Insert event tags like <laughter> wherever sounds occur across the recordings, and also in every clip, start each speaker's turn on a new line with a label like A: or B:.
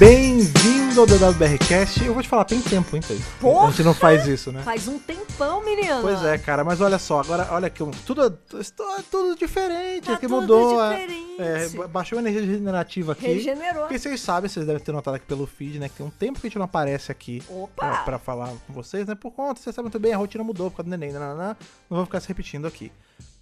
A: Bem-vindo ao DWBRCast. Eu vou te falar, tem tempo, hein, Thaís?
B: Porra!
A: A gente não faz isso, né?
B: Faz um tempão, menino.
A: Pois é, cara, mas olha só, agora olha que eu- tudo, tudo, tudo diferente,
B: Tá
A: que
B: tudo
A: mudou. é.
B: diferente.
A: É, ba- baixou a energia regenerativa aqui.
B: Regenerou.
A: Porque vocês sabem, vocês devem ter notado aqui pelo feed, né? Que tem um tempo que a gente não aparece aqui pra,
B: Opa!
A: Ah, pra falar com vocês, né? Por conta, vocês sabem muito bem, a rotina mudou por causa do neném, né, nananá, não vamos ficar se repetindo aqui.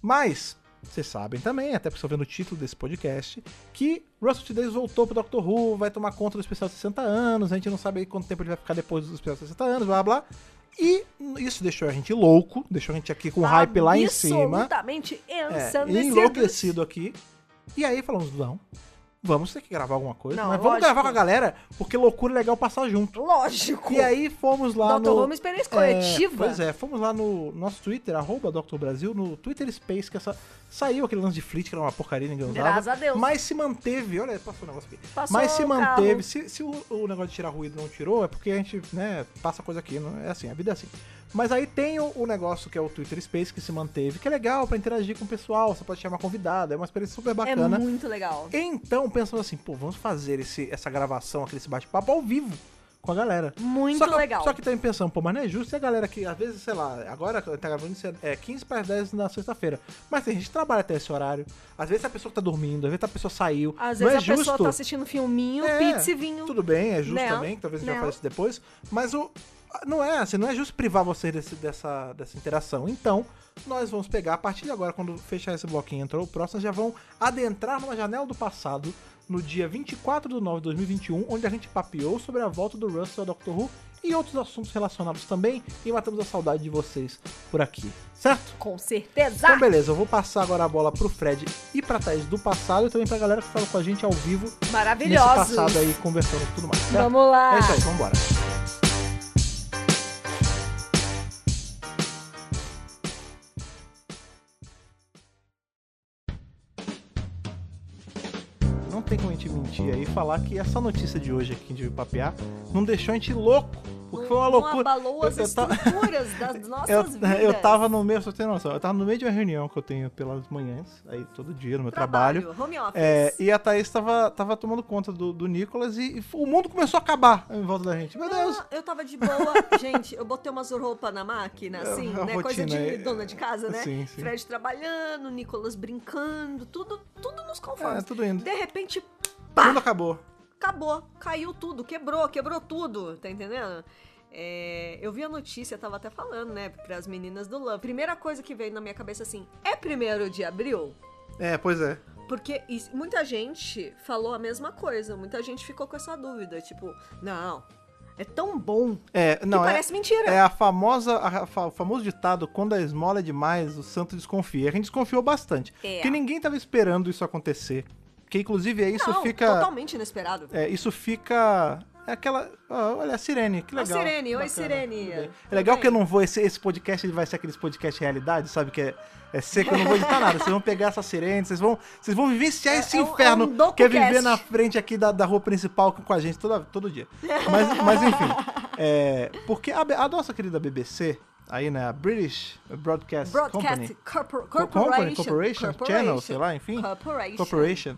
A: Mas, vocês sabem também, até porque estão vendo o título desse podcast, que Russell T. Davis voltou pro Doctor Who, vai tomar conta do especial de 60 anos, a gente não sabe aí quanto tempo ele vai ficar depois do especial de 60 anos, blá blá. E isso deixou a gente louco, deixou a gente aqui
B: Ah,
A: com o hype lá em cima.
B: tá Absolutamente
A: É,
B: ensandecido.
A: enlouquecido aqui. E aí falamos, não, vamos ter que gravar alguma coisa,
B: Não,
A: mas vamos
B: lógico.
A: gravar com a galera, porque loucura é legal passar junto.
B: Lógico.
A: E aí fomos lá
B: Doutor
A: no...
B: Roma, experiência coletiva.
A: Pois é, fomos lá no nosso Twitter, arroba Dr. Brasil, no Twitter Space, que essa, saiu aquele lance de flit, que era uma porcaria, ninguém usava.
B: Graças a Deus.
A: Mas se manteve, olha, passou o negócio aqui.
B: Passou
A: mas se
B: o
A: manteve,
B: carro.
A: se, se o, o negócio de tirar ruído não tirou, é porque a gente, né, passa coisa aqui, não, é assim, a vida é assim. Mas aí tem o, o negócio que é o Twitter Space, que se manteve, que é legal pra interagir com o pessoal, você pode chamar convidado, é uma experiência super
B: É
A: bacana.
B: muito legal.
A: Então, pensando assim, pô, vamos fazer esse, essa gravação aqui, esse bate-papo ao vivo com a galera.
B: Muito
A: Só que eu-
B: legal.
A: só que também pensando, pô, mas não é justo se a galera que, às vezes, sei lá, agora tá gravando isso é 15 para 10 na sexta-feira. Mas tem gente que trabalha até esse horário. Às vezes a pessoa que tá dormindo, às vezes a pessoa saiu.
B: Às
A: não
B: vezes
A: é
B: a
A: justo.
B: pessoa tá assistindo filminho,
A: É,
B: pizza e vinho.
A: Tudo bem, é justo
B: Né?
A: também, que talvez a gente
B: Né?
A: já faça isso depois. Mas o. Não é, assim, não é justo privar vocês desse- dessa, dessa interação. Então, nós vamos pegar, a partir de agora, quando fechar esse bloquinho e entrar o próximo, nós já vão adentrar numa janela do passado, no dia 24 de nove de 2021, onde a gente papeou sobre a volta do Russell ao Doctor Who e outros assuntos relacionados também, e matamos a saudade de vocês por aqui, certo?
B: Com certeza.
A: Então, beleza, eu vou passar agora a bola pro Fred e pra Thaís do passado, e também pra galera que fala com a gente ao vivo nesse
B: Maravilhosos.
A: passado aí conversando e tudo mais. certo?
B: Vamos lá.
A: É isso aí, vambora. Não tem como a gente mentir aí e falar que essa notícia de hoje aqui de papear não deixou a gente louco. Porque foi uma
B: Não
A: loucura.
B: abalou as
A: Eu- eu tava-
B: estruturas das
A: <laughs>
B: nossas
A: Eu,
B: vidas.
A: eu tava no meio, só tem noção, eu tava no meio de uma reunião que eu tenho pelas manhãs, aí todo dia no meu trabalho.
B: Home office.
A: É, e a Thaís tava, tava tomando conta do, do Nicolas e, e f- o mundo começou a acabar em volta da gente. Meu Deus!
B: Ah, eu tava de boa,
A: <laughs>
B: gente, eu botei umas roupas na máquina, assim,
A: É, a
B: né? Coisa
A: rotina é-
B: de dona de casa, né?
A: Sim, sim.
B: Fred trabalhando, Nicolas brincando, tudo, tudo nos
A: É,
B: conformes.
A: tudo indo.
B: De repente,
A: Tudo acabou.
B: acabou, caiu tudo, quebrou, quebrou tudo, tá entendendo? É, eu vi a notícia, tava até falando, né, pras meninas do Love. Primeira coisa que veio na minha cabeça assim, é primeiro de abril?
A: É, pois é.
B: Porque is- muita gente falou a mesma coisa, muita gente ficou com essa dúvida, tipo, não, é tão bom
A: É, não,
B: que
A: é,
B: parece mentira.
A: é a famosa, a fa- o famoso ditado, quando a esmola é demais, o santo desconfia. A gente desconfiou bastante.
B: É.
A: Porque ninguém tava esperando isso acontecer. Porque, inclusive, aí isso
B: não,
A: fica...
B: totalmente inesperado.
A: É, isso fica. É aquela. ó, olha, a Sirene, que
B: Ó,
A: legal.
B: Sirene, oi,
A: Bacana,
B: Sirene.
A: tudo bem. É
B: Tudo
A: legal
B: bem?
A: que eu não vou. Esse, esse podcast ele vai ser aqueles podcast realidade, sabe? Que é, é seco, eu não vou editar nada. Vocês vão pegar essa Sirene, vocês vão, vocês vão vivenciar
B: É-
A: esse
B: é um- é um
A: inferno que é viver
B: docucast.
A: na frente aqui da, da rua principal com com a gente toda, todo dia. Mas, mas enfim. é, porque a, a nossa querida BBC, aí, né? A British Broadcast, Company.
B: Broadcast Corpor-
A: Co-
B: Corporation.
A: Company, Corporation, Channel, sei lá, enfim.
B: Corporation.
A: Corporation,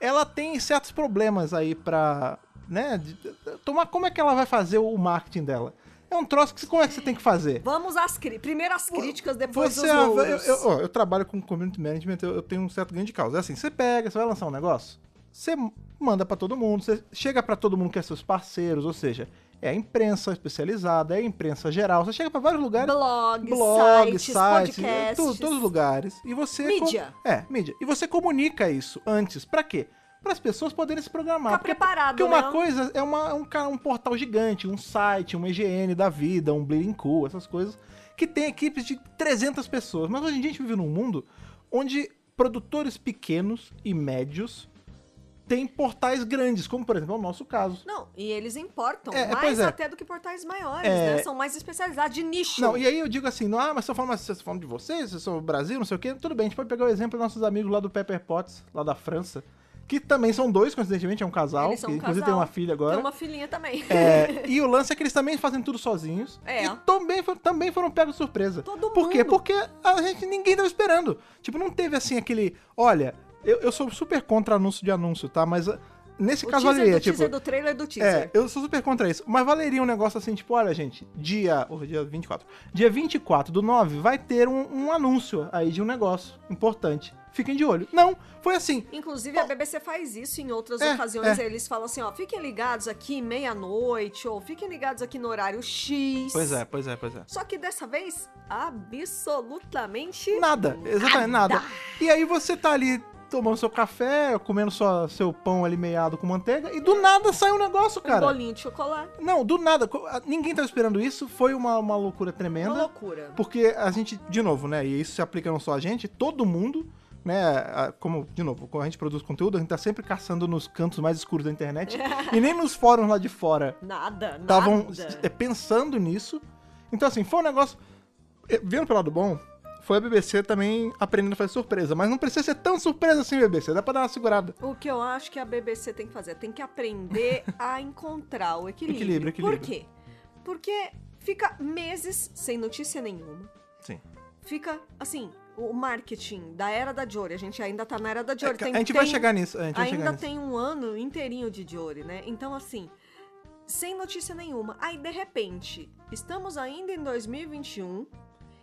A: ela tem certos problemas aí pra, né, de- de- de- tomar como é que ela vai fazer o marketing dela. É um troço que como é que você tem que fazer?
B: Vamos às críticas. Primeiro as críticas, depois
A: Você,
B: os
A: eu,
B: louros.
A: eu- ó, eu trabalho com community management, eu, eu tenho um certo ganho de causa. É assim, você pega, você vai lançar um negócio, você manda pra todo mundo, você chega pra todo mundo que é seus parceiros, ou seja, é a imprensa especializada, é a imprensa geral, você chega pra vários lugares
B: Blog,
A: blog,
B: sites,
A: sites,
B: podcasts.
A: tudo, todos os lugares. E você
B: Mídia.
A: com- É, mídia. E você comunica isso antes. Pra quê? Para as pessoas poderem se programar.
B: Ficar
A: Porque-
B: preparado,
A: porque uma
B: né?
A: coisa é uma- um, ca- um portal gigante, um site, uma IGN da vida, um Bleeding Cool, essas coisas, que tem equipes de 300 pessoas. Mas hoje em dia a gente vive num mundo onde produtores pequenos e médios têm portais grandes, como por exemplo é o nosso caso.
B: Não, e eles importam
A: É, é, pois
B: mais
A: é.
B: até do que portais maiores,
A: É.
B: né? São mais especializados, de nicho.
A: Não, e aí eu digo assim, não, ah, mas estão falando, mas vocês estão falando de vocês, vocês são o Brasil, não sei o quê. Tudo bem, a gente pode pegar o exemplo dos nossos amigos lá do Pepper Potts, lá da França, que também são dois, coincidentemente, é um casal,
B: Eles são
A: que
B: um
A: inclusive tem
B: casal,
A: uma filha agora.
B: Tem uma filhinha também.
A: É,
B: <laughs>
A: e o lance é que eles também fazem tudo sozinhos.
B: É.
A: E também, fo- também foram pegos de surpresa.
B: Todo
A: Por quê?
B: mundo.
A: Porque a gente, ninguém tava esperando. Tipo, não teve assim aquele. Olha, eu, eu sou super contra anúncio de anúncio, tá? Mas. ah, nesse
B: o
A: caso
B: teaser
A: valeria,
B: do
A: tipo.
B: teaser do trailer do
A: É,
B: teaser.
A: eu sou super contra isso. Mas valeria um negócio assim, tipo, olha, gente, dia. Hoje é dia 24. Dia 24 do 9 vai ter um, um anúncio aí de um negócio importante. Fiquem de olho. Não, foi assim.
B: Inclusive, a BBC faz isso em outras
A: É,
B: ocasiões. Eles falam assim, ó, fiquem ligados aqui meia-noite, ou fiquem ligados aqui no horário X.
A: Pois é, pois é, pois é.
B: Só que dessa vez, absolutamente
A: Nada, exatamente nada.
B: Nada.
A: E aí você tá ali tomando seu café, comendo sua, seu pão ali meiado com manteiga, e do nada sai um negócio,
B: um
A: cara.
B: bolinho de chocolate.
A: Não, do nada. co- a- Ninguém tava esperando isso. Foi uma, uma loucura tremenda.
B: Uma loucura.
A: Porque a gente, de novo, né? E isso se aplica não só a gente, todo mundo, né? a- Como, de novo, quando a gente produz conteúdo, a gente tá sempre caçando nos cantos mais escuros da
B: <laughs>
A: internet. e nem nos fóruns lá de fora
B: Nada, nada.
A: estavam é, pensando nisso. Então, assim, foi um negócio. é, Vendo pelo lado bom, foi a BBC também aprendendo a fazer surpresa. Mas não precisa ser tão surpresa assim, BBC. Dá pra dar uma segurada.
B: O que eu acho que a BBC tem que fazer, tem
A: <laughs>
B: que aprender a encontrar o equilíbrio.
A: Equilíbrio, equilíbrio.
B: Por quê? Porque fica meses sem notícia nenhuma.
A: Sim.
B: Fica assim, o marketing da era da Jory, a gente ainda tá na era da Jory. tem-
A: É, a gente vai
B: tem-
A: chegar nisso. é, A gente vai chegar
B: ainda
A: nisso.
B: tem um ano inteirinho de Jory, né? Então, assim, sem notícia nenhuma. Aí, de repente, estamos ainda em 2021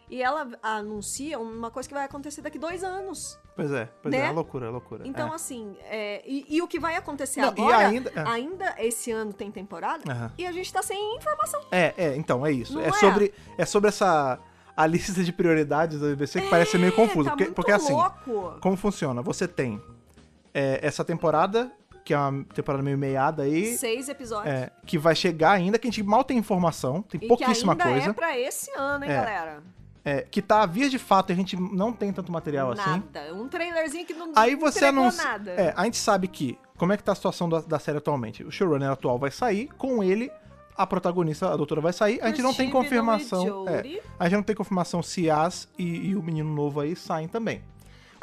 B: e ela anuncia uma coisa que vai acontecer daqui dois anos.
A: Pois é, pois é.
B: né?
A: É loucura, é loucura.
B: Então,
A: é.
B: assim, é, e, e o que vai acontecer
A: Não, e
B: agora,
A: ainda- é.
B: esse ano tem temporada,
A: Aham.
B: e a gente tá sem informação.
A: É, é, então, é isso.
B: Não
A: É,
B: é?
A: sobre é sobre essa a lista de prioridades da BBC que parece meio confusa.
B: tá
A: porque,
B: muito
A: porque, assim,
B: louco.
A: como funciona? Você tem é, essa temporada, que é uma temporada meio meiada aí,
B: Seis episódios.
A: é, que vai chegar ainda, que a gente mal tem informação, tem
B: E que
A: pouquíssima
B: ainda
A: coisa.
B: é pra esse ano, hein,
A: É.
B: galera?
A: é, que tá a via de fato e a gente não tem tanto material assim.
B: Nada. Um trailerzinho que não
A: Aí você
B: entregou
A: anuncia.
B: nada.
A: É, a gente sabe que. Como é que tá a situação da, da série atualmente? O showrunner atual vai sair, com ele, a protagonista, a doutora, vai sair. A gente não tem
B: Steve, Noah e
A: confirmação. é,
B: Jodie.
A: a gente não tem confirmação se As e, e o menino novo aí saem também.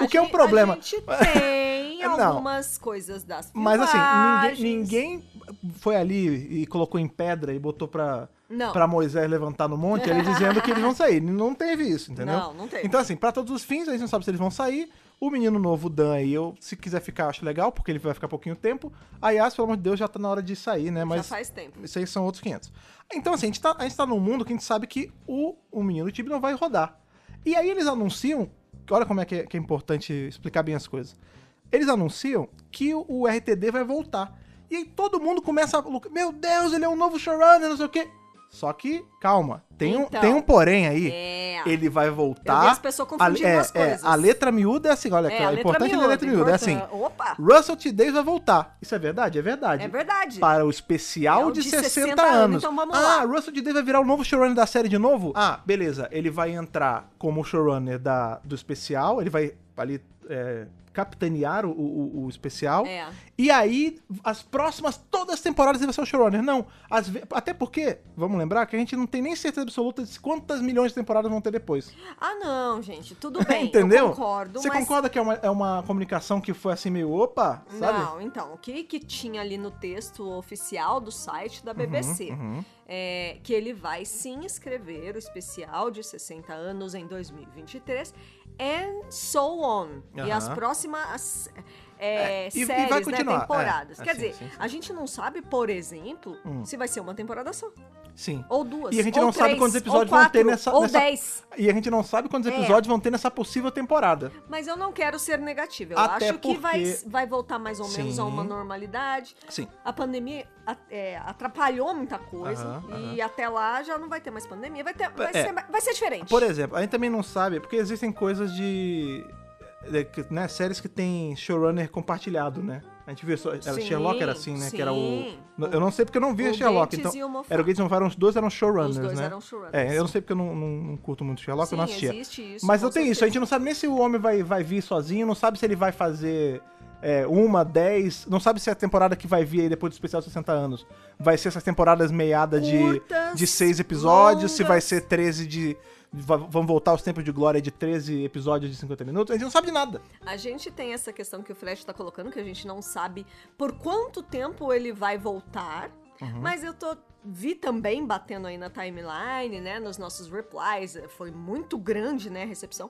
A: O
B: A
A: que é um
B: gen-
A: problema. É,
B: A gente
A: <laughs>
B: tem
A: Não.
B: algumas coisas das
A: Mas assim,
B: filmagens.
A: ninguém, ninguém foi ali e colocou em pedra e botou pra,
B: Não,
A: pra Moisés levantar no monte ali dizendo que eles vão sair. Não teve isso, entendeu?
B: não, não tem.
A: Então, assim, pra todos os fins, a gente não sabe se eles vão sair. O menino novo, Dan, aí, eu, se quiser ficar, acho legal, porque ele vai ficar pouquinho tempo. A Yas, pelo amor de Deus, já tá na hora de sair, né?
B: Já
A: Mas
B: faz tempo.
A: isso aí são outros 500. Então, assim, a gente tá, a gente tá num mundo que a gente sabe que o, o menino Tibi não vai rodar. E aí eles anunciam. Olha como é que, é que é importante explicar bem as coisas. Eles anunciam que o, o RTD vai voltar. E aí todo mundo começa a. lu- Meu Deus, ele é um novo showrunner, não sei o quê. Só que, calma, tem, um,
B: Então.
A: tem um porém aí.
B: É.
A: Ele vai
B: Eu vi
A: voltar.
B: as pessoas
A: A,
B: confundindo
A: é,
B: as
A: é,
B: coisas.
A: a letra miúda é assim, olha,
B: É,
A: cara,
B: a
A: o
B: letra
A: importante é a letra miúda, é assim.
B: importante. Opa,
A: Russell T. Davis vai voltar. Isso é verdade? É verdade.
B: é verdade.
A: Para o especial
B: É o
A: de,
B: de
A: 60,
B: 60
A: anos.
B: anos, então vamos
A: ah,
B: lá.
A: Russell T. Davis vai virar o novo showrunner da série de novo? Ah, beleza. Ele vai entrar como showrunner da, do especial, ele vai ali é, capitanear o, o- o especial.
B: É.
A: E aí, as próximas, todas as temporadas ele vai ser o showrunner. Não, às ve- até porque, vamos lembrar, que a gente não tem nem certeza absoluta de quantas milhões de temporadas vão ter depois.
B: Ah, não, gente,
A: <laughs>
B: tudo bem.
A: Entendeu?
B: Eu concordo,
A: Você
B: mas...
A: concorda que é uma, é uma comunicação que foi assim meio opa, sabe?
B: Não, então, o que, que tinha ali no texto oficial do site da BBC?
A: Uhum.
B: é, que ele vai sim escrever o especial de 60 anos em 2023 and so on. E
A: Aham.
B: as próximas é,
A: É, e- e vai
B: séries, né,
A: continuar,
B: temporadas.
A: é,
B: Quer
A: assim,
B: dizer,
A: sim, sim.
B: a gente não sabe, por exemplo,
A: Hum.
B: se vai ser uma temporada só,
A: Sim.
B: ou duas,
A: E a gente
B: ou
A: não sabe
B: três,
A: quantos episódios
B: ou
A: vão
B: quatro,
A: ter nessa-
B: ou
A: nessa-
B: dez.
A: E a gente não sabe quantos
B: É.
A: episódios vão ter nessa possível temporada.
B: Mas eu não quero ser negativa. Eu
A: Até
B: acho que vai,
A: porque-
B: vai voltar mais ou menos a uma
A: Sim.
B: normalidade.
A: Sim.
B: A pandemia a- é, atrapalhou muita coisa.
A: Aham,
B: e até lá já não vai ter mais pandemia. Vai, ter, vai,
A: É.
B: ser, vai ser diferente.
A: Por exemplo, a gente também não sabe, porque existem coisas de. de- que- Né, séries que tem showrunner compartilhado, né? A gente viu, só- era
B: Sim,
A: Sherlock era assim, né? Que era o.
B: sim.
A: Eu não sei porque eu não vi
B: O
A: Sherlock,
B: Gates
A: então.
B: e o Moffat.
A: Era o Gates e o Moffat, eram os dois eram showrunners,
B: Os dois
A: né?
B: eram showrunners.
A: É, eu não sei porque eu não, não- não curto muito Sherlock, eu não
B: Sim,
A: assistia.
B: existe isso,
A: Mas
B: com
A: eu tenho isso, a
B: certeza.
A: gente não sabe nem se o homem vai, vai vir sozinho, não sabe se ele vai fazer é, uma, dez, não sabe se a temporada que vai vir aí depois do especial dos 60 anos vai ser essas temporadas meiadas de,
B: Curtas,
A: de seis episódios, se
B: longas.
A: vai ser 13 de. va- Vão voltar os tempos de glória de 13 episódios de 50 minutos, a gente não sabe de nada.
B: A gente tem essa questão que o Flash tá colocando, que a gente não sabe por quanto tempo ele vai voltar.
A: Uhum.
B: Mas eu tô. Vi também batendo aí na timeline, né? Nos nossos replies. eh, Foi muito grande, né, a recepção.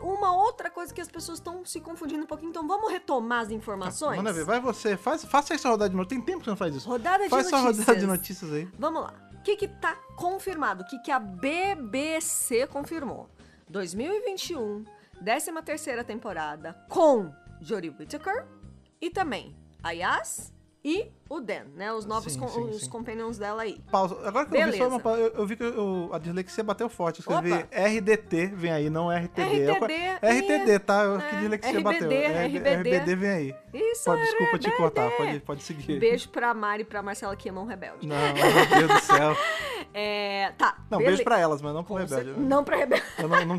B: uma outra coisa que as pessoas estão se confundindo um pouquinho, então vamos retomar as informações?
A: Tá, Manda ver, vai você, faz, faça essa rodada de notícias. Tem tempo que você não faz isso.
B: Rodada de
A: faz
B: notícias.
A: sua rodada de notícias aí.
B: Vamos lá. O que que tá confirmado? O que que a BBC confirmou? 2021, 13 terceira temporada com Jodie Whittaker e também Ayaz e o Dan, né? Os novos
A: Sim,
B: com-
A: sim,
B: os
A: sim.
B: companions dela aí.
A: Pausa. Agora que eu vi só
B: Beleza.
A: uma pausa, eu, eu vi que eu- a dislexia bateu forte. Eu escrevi
B: Opa.
A: RDT, vem aí, não RTD. Eu-
B: RTD,
A: RTD, tá? Eu, que
B: é,
A: dislexia
B: RBD,
A: bateu.
B: RBD.
A: RBD, vem aí.
B: Isso
A: Pode,
B: é
A: desculpa te cortar,
B: RBD.
A: pode, pode seguir.
B: Beijo pra Mari e pra Marcela que amam Rebelde.
A: Não, meu Deus do céu.
B: É, tá.
A: Não,
B: bele-
A: beijo pra elas, mas não pro
B: Com
A: Rebelde.
B: cer-
A: né?
B: Não pra Rebelde.
A: Eu não, <laughs> não...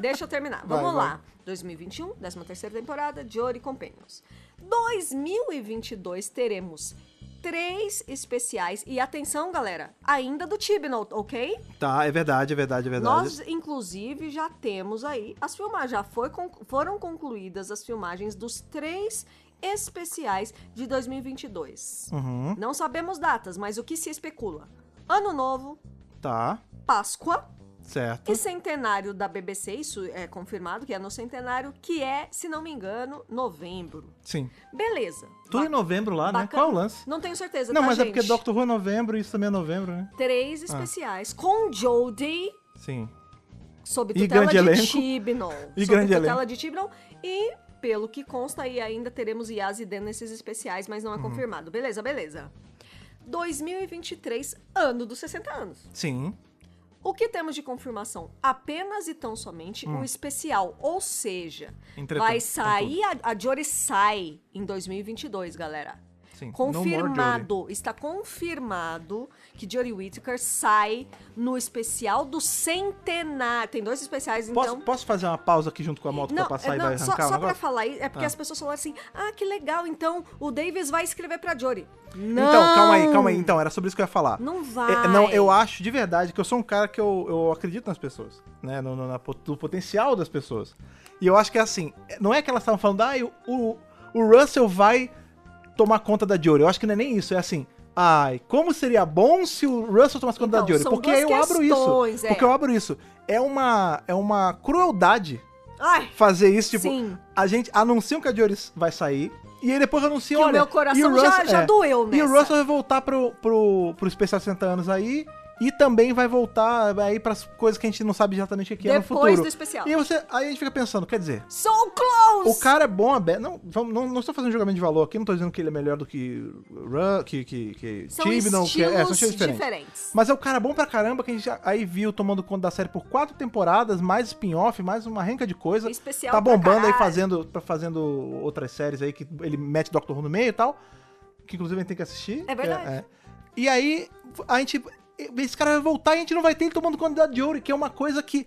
B: Deixa eu terminar.
A: Vai,
B: Vamos
A: vai.
B: lá. 2021, 13ª temporada, Jory Companions. 2022 teremos três especiais e atenção, galera, ainda do Tibnall, ok?
A: Tá, é verdade, é verdade, é verdade.
B: Nós, inclusive, já temos aí as filmagens, já foi con- foram concluídas as filmagens dos três especiais de 2022.
A: Uhum,
B: Não sabemos datas, mas o que se especula? Ano Novo,
A: tá,
B: Páscoa,
A: certo.
B: e centenário da BBC, isso é confirmado que é no centenário, que é, se não me engano, novembro.
A: Sim.
B: Beleza.
A: Tudo em
B: Ba-
A: novembro lá, né?
B: bacana.
A: Qual é o lance?
B: Não tenho certeza,
A: Não,
B: tá,
A: mas é
B: gente?
A: porque Doctor Who é novembro e isso também é novembro, né?
B: Três especiais com Jodie,
A: Sim.
B: sob
A: E
B: tutela
A: grande
B: de
A: elenco.
B: Tibnall.
A: E
B: sob
A: grande
B: tutela de Tibnall. E, pelo que consta aí, ainda teremos Yaz e Dan nesses especiais, mas
A: Uhum.
B: não é confirmado. Beleza, beleza. 2023, ano dos 60 anos.
A: Sim.
B: O que temos de confirmação? Apenas e tão somente
A: Hum.
B: o especial, ou seja,
A: Entretanto, Então,
B: vai sair, a, a Jory sai em 2022, galera.
A: Sim.
B: Confirmado, está confirmado que Jory Whittaker sai no especial do centenário. Tem dois especiais,
A: Posso,
B: então...
A: posso fazer uma pausa aqui junto com a moto
B: Não,
A: pra passar e
B: não,
A: vai
B: só,
A: arrancar o
B: só pra
A: negócio?
B: falar, aí, é porque as pessoas falaram assim, ah, que legal, então o Davis vai escrever pra Jory. Não!
A: Então, calma aí, calma aí. Então, era sobre isso que eu ia falar.
B: Não vai.
A: É, não, eu acho de verdade que eu sou um cara que eu, eu acredito nas pessoas, né? No, no- na pot- no potencial das pessoas. E eu acho que é assim, não é que elas estavam falando, ah, o, o Russell vai tomar conta da Jory. Eu acho que não é nem isso, é assim. Ai, como seria bom se o Russell tomasse conta
B: Então,
A: da Jory?
B: são
A: Porque
B: duas
A: eu abro isso.
B: questões, é.
A: Porque eu abro isso. É uma, é uma crueldade
B: Ai,
A: fazer isso, tipo,
B: sim.
A: a gente anuncia que a Jory vai sair. E aí depois anuncia,
B: Que o
A: olha...
B: meu coração
A: e o
B: já-
A: Russell- é.
B: já doeu
A: E o
B: nessa.
A: Russell vai voltar pro, pro, pro especial 60 anos aí. E também vai voltar é, aí pras coisas que a gente não sabe exatamente o que é no futuro.
B: Depois do especial.
A: E você, aí a gente fica pensando, quer dizer...
B: So close!
A: O cara é bom, a Be- não, vamos- não, não estou fazendo julgamento de valor aqui, não estou dizendo que ele é melhor do que Ru- que, que, que
B: São
A: Tibnall, que é, é, são
B: estilos
A: estilos diferentes.
B: diferentes.
A: Mas é o cara bom pra caramba que a gente aí viu tomando conta da série por quatro temporadas, mais spin-off, mais uma renca de coisa.
B: Especial
A: tá
B: pra
A: bombando aí
B: caralho.
A: fazendo, pra- fazendo outras séries aí que ele mete Doctor Who no meio e tal. Que inclusive a gente tem que assistir.
B: É verdade.
A: E aí a gente. Esse cara vai voltar e a gente não vai ter ele tomando conta da Jory, que é uma coisa que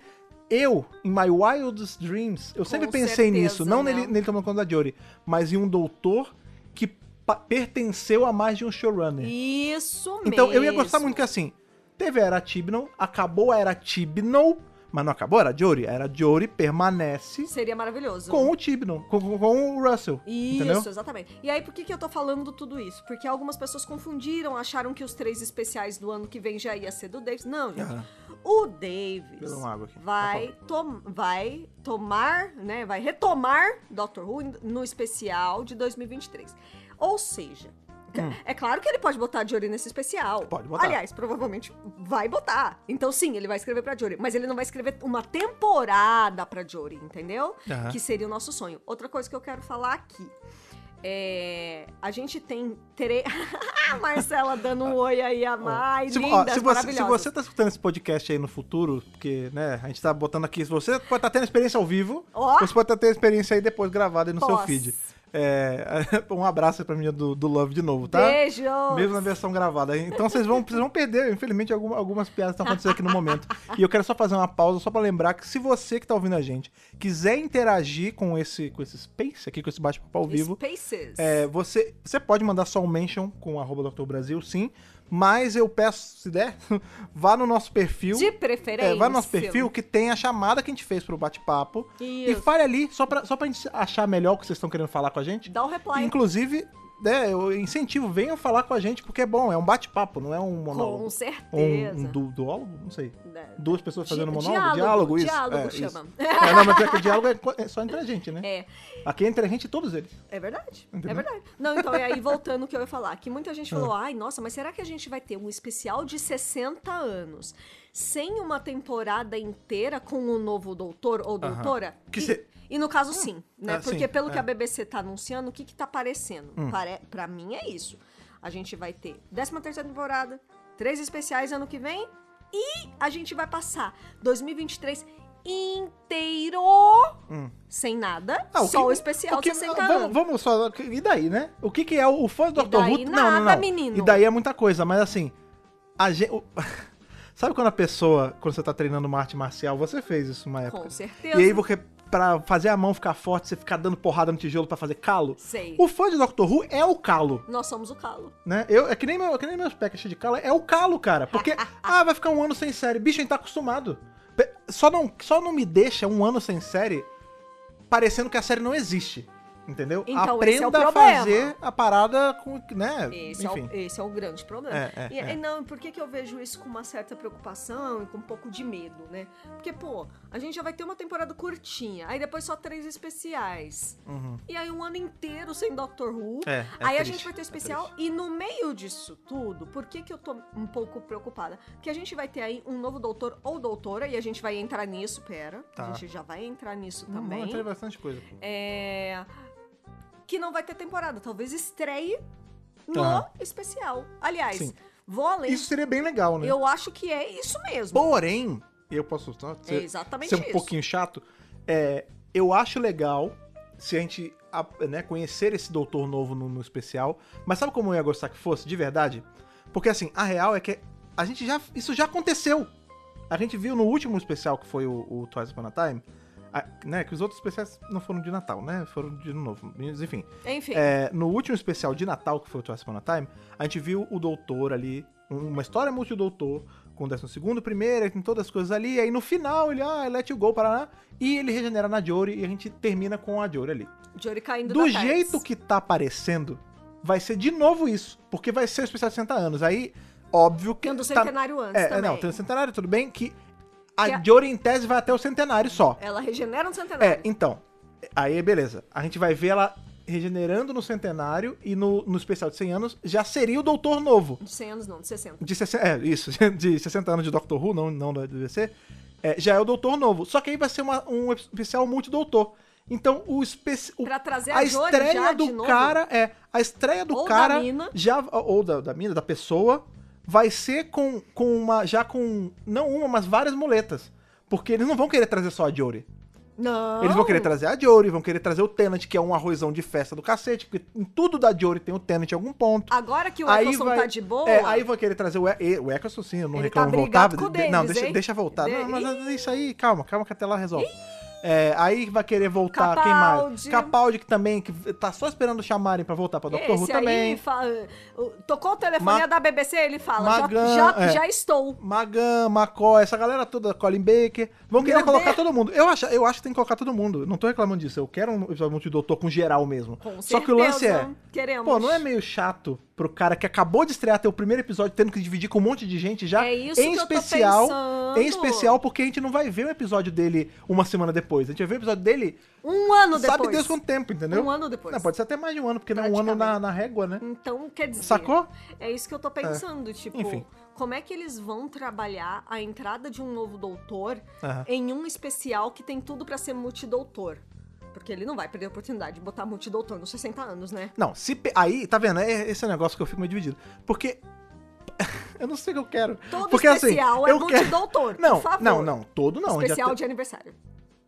A: eu, em My Wildest Dreams, eu sempre pensei
B: certeza,
A: nisso. Não,
B: né?
A: Nele, nele tomando conta da Jory, mas em um doutor que pa- pertenceu a mais de um showrunner.
B: Isso mesmo.
A: Então eu ia gostar muito que assim, teve a era Tibnall, acabou a era Tibnall, mas não acabou a era Jory. A era Jory permanece
B: Seria maravilhoso.
A: com o Tibnall, com, com- com o Russell.
B: Isso,
A: entendeu?
B: exatamente. E aí, por que, que eu tô falando tudo isso? Porque algumas pessoas confundiram, acharam que os três especiais do ano que vem já ia ser do Davis. Não, gente.
A: Aham.
B: O Davis
A: Beber uma água aqui.
B: vai, tom- vai tomar, né? Vai retomar Doctor Who no especial de 2023. Ou seja, é claro que ele pode botar a Jory nesse especial.
A: Hum. Pode botar.
B: Aliás, provavelmente vai botar. Então, sim, ele vai escrever pra Jory. Mas ele não vai escrever uma temporada pra Jory, entendeu?
A: Aham.
B: Que seria o nosso sonho. Outra coisa que eu quero falar aqui. É, a gente tem três. a <laughs> Marcela dando um oi aí a mais.
A: se, vo- ó,
B: lindas,
A: se você, se
B: maravilhosas.
A: você tá escutando esse podcast aí no futuro, porque, né, a gente tá botando aqui, se você pode estar tendo experiência ao vivo,
B: Ó.
A: você pode estar tendo experiência aí depois gravada aí no seu
B: Pós.
A: feed. É, <laughs> um abraço aí pra menina do, do Love de novo, tá?
B: Beijo!
A: Mesmo na versão gravada. Então vocês vão, vocês vão perder, infelizmente, alguma- algumas piadas estão acontecendo aqui no momento. E eu quero só fazer uma pausa, só pra lembrar que se você que tá ouvindo a gente quiser interagir com esse, com esse space aqui, com esse bate-papo ao vivo,
B: Spaces.
A: é, você, você pode mandar só um mention com arroba Dr. Brasil, sim. Mas eu peço, se der, <laughs> vá no nosso perfil.
B: De preferência.
A: É, vai no nosso perfil que tem a chamada que a gente fez pro bate-papo. E
B: Isso.
A: fale ali, só pra, só pra gente achar melhor o que vocês estão querendo falar com a gente.
B: Dá o reply.
A: Inclusive, né, eu incentivo, venham falar com a gente, porque é bom, é um bate-papo, não é um monólogo.
B: Com
A: Ou
B: certeza.
A: um, um du- duólogo? Não sei.
B: Da-
A: Duas pessoas
B: Di-
A: fazendo um monólogo? Diálogo, isso.
B: Diálogo
A: é,
B: chama.
A: isso. É, não, mas é que o diálogo é co- é só entre a gente, né?
B: <laughs> É,
A: Aqui é entre a gente e todos eles.
B: é verdade.
A: Entendeu? É.
B: É verdade. Não, então, e aí voltando ao que eu ia falar, que
A: <laughs>
B: muita gente falou, ai, nossa, mas será que a gente vai ter um especial de 60 anos sem uma temporada inteira com um novo doutor ou
A: Aham.
B: doutora?
A: Que
B: e,
A: cê-
B: e no caso, sim, né?
A: Ah, sim,
B: Porque pelo que
A: é. Hum.
B: a BBC tá anunciando, o que que tá aparecendo? Pare... Pra mim é isso. A gente vai ter 13 terceira temporada, três especiais ano que vem e a gente vai passar 2023 inteiro sem nada,
A: Hum. Ah,
B: só o especial tá
A: o que-
B: 60 anos.
A: vamos, vamos só. E daí, né? O que, que é o, o fã do
B: E
A: Dr. Who?
B: daí
A: não, não,
B: nada,
A: não.
B: menino.
A: E daí é muita coisa, mas assim. A gente, <laughs> Sabe quando a pessoa, quando você tá treinando uma arte marcial, você fez isso uma época.
B: Com certeza.
A: E aí você, pra fazer a mão ficar forte, você ficar dando porrada no tijolo pra fazer calo?
B: Sei.
A: O fã de Dr. Who é o calo,
B: Nós somos o calo.
A: né? Eu, é que nem, meu, é que nem meus packs de calo, é o calo, cara.
B: <laughs>
A: Porque, ah, vai ficar um ano sem série. Bicho, a gente tá acostumado. Pe- Só não, só não me deixa um ano sem série parecendo que a série não existe. Entendeu?
B: Então, esse é
A: Aprenda
B: o
A: a
B: problema.
A: fazer a parada com, né?
B: Esse, é
A: Enfim.
B: o, esse é o grande problema.
A: É, é,
B: e,
A: é.
B: e não, por que, que eu vejo isso com uma certa preocupação e com um pouco de medo, né? Porque, pô, a gente já vai ter uma temporada curtinha, aí depois só três especiais.
A: Uhum.
B: E aí um ano inteiro sem Doctor Who.
A: É, é
B: aí a
A: triste,
B: gente vai ter
A: é
B: o especial. e no meio disso tudo, por que, que eu tô um pouco preocupada? Porque a gente vai ter aí um novo doutor ou doutora, e a gente vai entrar nisso, pera.
A: Tá.
B: A gente já vai entrar nisso
A: Hum,
B: também.
A: Vamos entrar em bastante coisa. aqui.
B: É, que não vai ter temporada. Talvez estreie no
A: Aham.
B: especial. Aliás,
A: Sim.
B: vou além.
A: Isso seria bem legal, né?
B: Eu acho que é isso mesmo.
A: Porém, eu posso só
B: é
A: ser,
B: exatamente
A: ser um
B: isso.
A: pouquinho chato. É, eu acho legal se a gente a- né, conhecer esse doutor novo no, no especial. Mas sabe como eu ia gostar que fosse, de verdade? Porque assim, a real é que a gente já. Isso já aconteceu. A gente viu no último especial que foi o, o Twice Upon a Time. a- né, que os outros especiais não foram de Natal, né? Foram de ano novo. Mas, Enfim.
B: Enfim,
A: É, no último especial de Natal, que foi o Twice Upon a Time, a gente viu o Doutor ali, um- uma história multidoutor, com o 12 primeiro, tem todas as coisas ali, aí no final ele, ah, let you go, Paraná, e ele regenera na Jory e a gente termina com a Jory ali.
B: Jory caindo
A: Do
B: da tarde.
A: jeito que tá aparecendo, vai ser de novo isso, porque vai ser o especial de 60 anos, aí, óbvio que...
B: Tem o do
A: tá-
B: centenário antes
A: É,
B: também.
A: não, tem o centenário, tudo bem, que a
B: Que a-
A: Jory em tese vai até o centenário só.
B: Ela regenera no centenário.
A: É, então. Aí, beleza. A gente vai ver ela regenerando no centenário e no, no especial de 100 anos já seria o Doutor Novo.
B: De 100 anos não, de 60.
A: De 60, é, isso. <laughs> De 60 anos de Doctor Who, não, não da BBC. é, já é o Doutor Novo. Só que aí vai ser uma- um especial multidoutor. Então, o, especi, o
B: Pra trazer a,
A: a
B: Jory
A: estreia
B: já
A: do
B: de novo.
A: cara é a estreia do
B: Ou da
A: cara
B: mina.
A: já ou da, da mina da pessoa vai ser com, com uma já com não uma mas várias muletas porque eles não vão querer trazer só a Jory
B: Não.
A: eles vão querer trazer a Jory, vão querer trazer o Tenant, que é um arrozão de festa do cacete, porque em tudo da Jory tem o Tenant em algum ponto.
B: Agora que Ah, o
A: Aí
B: Eccleston
A: vai-
B: tá de boa,
A: É, aí vão querer trazer o, e o Eccleston, sim, eu não
B: Ele
A: reclamo
B: tá
A: voltar.
B: brigado com o
A: de- não,
B: Davis,
A: deixa,
B: hein?
A: deixa voltar.
B: De-
A: Não, mas é isso aí, calma, calma que até lá resolve. É, aí vai querer voltar, quem mais?
B: Capaldi.
A: Capaldi, que também, que tá só esperando chamarem pra voltar pra Doctor Who
B: esse aí
A: também.
B: fa- o- tocou o telefone
A: Ma-
B: da BBC, ele fala, já-
A: Magan-
B: já,
A: é.
B: já estou.
A: Magan, Macó, essa galera toda, Colin Baker. Vão querer
B: Meu
A: colocar
B: Deus.
A: todo mundo. Eu acho, eu acho que tem que colocar todo mundo. Não tô reclamando disso. Eu quero um episódio de doutor com geral mesmo.
B: Com
A: Só que o lance é.
B: certeza, Queremos.
A: Pô, não é meio chato pro cara que acabou de estrear teu primeiro episódio tendo que dividir com um monte de gente já?
B: É isso
A: em
B: que eu tô
A: especial,
B: pensando.
A: Em especial porque a gente não vai ver o episódio dele uma semana depois. A gente vai ver o episódio dele,
B: Um ano depois.
A: sabe Deus quanto tempo, entendeu?
B: Um ano depois.
A: Não, pode ser até mais de um ano, porque não é um ano na,
B: Praticamente.
A: na régua, né?
B: Então, quer dizer.
A: Sacou?
B: É isso que eu tô pensando, tipo,
A: Enfim.
B: como é que eles vão trabalhar a entrada de um novo doutor
A: Aham.
B: em um especial que tem tudo pra ser multidoutor? Porque ele não vai perder a oportunidade de botar multidoutor nos 60 anos, né?
A: Não, se pe- aí, tá vendo? É esse é o negócio que eu fico meio dividido. Porque <laughs> eu não sei o que eu quero.
B: Todo
A: porque
B: especial
A: assim,
B: é
A: eu quero
B: multidoutor,
A: Não,
B: por favor.
A: não, não, todo não. já tá-
B: especial
A: tem-
B: de aniversário.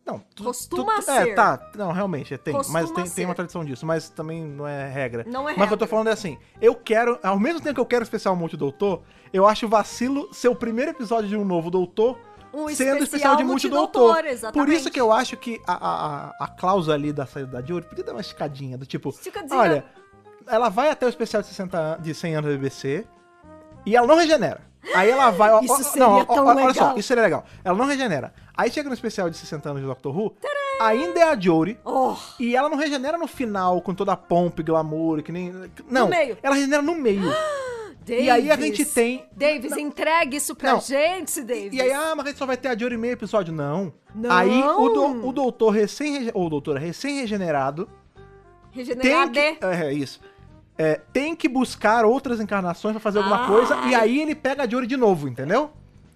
A: Não, tu-
B: Costuma
A: tu- É,
B: ser.
A: tá. Não, realmente, é, tem. mas
B: Costuma
A: tem, tem uma
B: ser.
A: tradição disso, mas também não é regra.
B: Não é
A: Mas o que eu tô
B: regra.
A: falando é assim, eu quero, ao mesmo tempo que eu quero especial multidoutor, eu acho vacilo ser o primeiro episódio de um novo doutor
B: Um
A: sendo
B: especial
A: especial de
B: multidoutor,
A: multidoutor.
B: exatamente.
A: Por isso que eu acho que a, a, a- a cláusula ali da saída da Jory podia dar uma esticadinha, do tipo,
B: Esticadinha.
A: olha, ela vai até o especial de, 60, an- de 100 anos da BBC e ela não regenera. Aí ela vai. ó,
B: Isso
A: ó,
B: seria
A: não, ó,
B: tão
A: ó, Olha só,
B: legal.
A: isso seria legal. Ela não regenera. Aí chega no especial de 60 anos de Doctor Who. ainda é a Jory.
B: Oh,
A: E ela não regenera no final com toda a pompa e glamour, que nem. Não,
B: meio. Ah!
A: ela regenera no meio.
B: Davis.
A: E aí a gente tem.
B: Davis, entregue isso pra
A: Não.
B: gente, Davis.
A: E aí, ah, mas a gente só vai ter a Jory meio episódio. Não.
B: Não.
A: Aí o, do- o doutor recém ou doutora recém-regenerado tem
B: Regenerar
A: que,
B: Né, D.
A: é, é isso. É, tem que buscar outras encarnações pra fazer alguma
B: Ai.
A: coisa. E aí ele pega a Jory de novo, entendeu?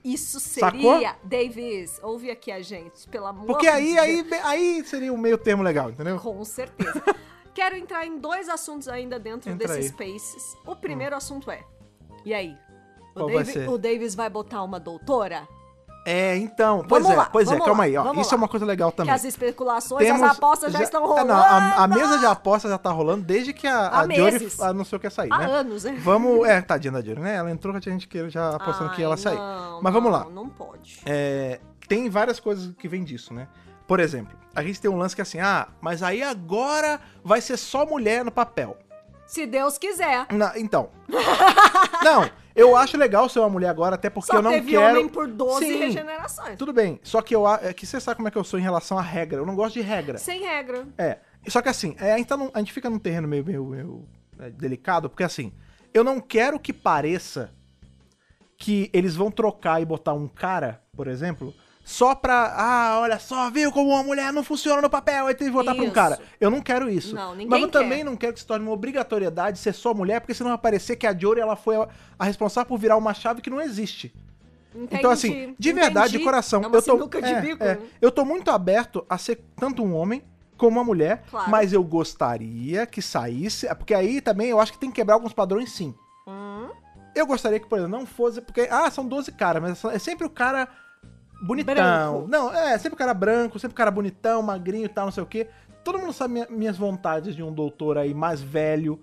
B: Isso
A: Sacou?
B: seria. Davis, ouve aqui a gente, pelo amor
A: Porque
B: de
A: aí, aí,
B: Deus.
A: aí seria o meio termo legal, entendeu? <laughs>
B: Com certeza. Quero entrar em dois assuntos ainda dentro
A: Entra
B: desses
A: aí. Hum.
B: spaces. O primeiro assunto é. E aí? O,
A: Qual vai
B: Davi-
A: ser?
B: o Davis vai botar uma doutora?
A: É, então. Pois
B: Vamos
A: é,
B: lá,
A: pois é,
B: vamos
A: calma
B: lá,
A: aí, ó.
B: vamos
A: Isso
B: lá.
A: é uma coisa legal
B: Que
A: também.
B: as especulações, as apostas já, estão
A: é,
B: rolando.
A: não, a, a mesa de apostas já tá rolando desde que a,
B: Há
A: a Jory
B: meses.
A: anunciou que ia sair,
B: Há
A: né?
B: anos, né?
A: Vamos. É, tadinha da Jory, né? Ela entrou com a gente que já apostando que
B: Ai,
A: ela ia sair.
B: não,
A: Mas vamos
B: não,
A: lá.
B: Não pode.
A: É, tem várias coisas que vem disso, né? Por exemplo, a gente tem um lance que é assim, ah, mas aí agora vai ser só mulher no papel.
B: Se Deus quiser.
A: Na-
B: <laughs>
A: então. não, eu acho legal ser uma mulher agora, até porque
B: Só
A: eu não
B: teve
A: quero.
B: homem por 12
A: Sim.
B: regenerações.
A: Tudo bem, só que eu a- é que você sabe como é que eu sou em relação à regra. Eu não gosto de regra.
B: Sem regra.
A: É. Só que assim, é, então não- a gente fica num terreno meio, meio, meio, é, delicado, porque assim, eu não quero que pareça que eles vão trocar e botar um cara, por exemplo, só pra. Ah, olha só, viu como uma mulher não funciona no papel, aí tem que botar pra um
B: Isso.
A: cara. Eu não quero isso.
B: Não, ninguém
A: Mas eu
B: quer.
A: também não quero que se torne uma obrigatoriedade ser só mulher, porque senão vai parecer que a Jory ela foi a, a responsável por virar uma chave que não existe. Então, assim, de
B: É, Entendi.
A: verdade, de
B: Entendi.
A: coração,
B: É uma
A: eu tô.
B: sinuca de
A: é,
B: bico,
A: é.
B: né?
A: eu tô muito aberto a ser tanto um homem como uma mulher,
B: Claro.
A: mas eu gostaria que saísse. é Porque aí também eu acho que tem que quebrar alguns padrões, sim.
B: Hum,
A: Eu gostaria que, por exemplo, não fosse. Porque, ah, são 12 caras, mas é sempre o cara bonitão.
B: Branco.
A: Não, é, sempre o cara branco, sempre o cara bonitão, magrinho e tal, não sei o quê. Todo mundo sabe minha- minhas vontades de um doutor aí mais velho,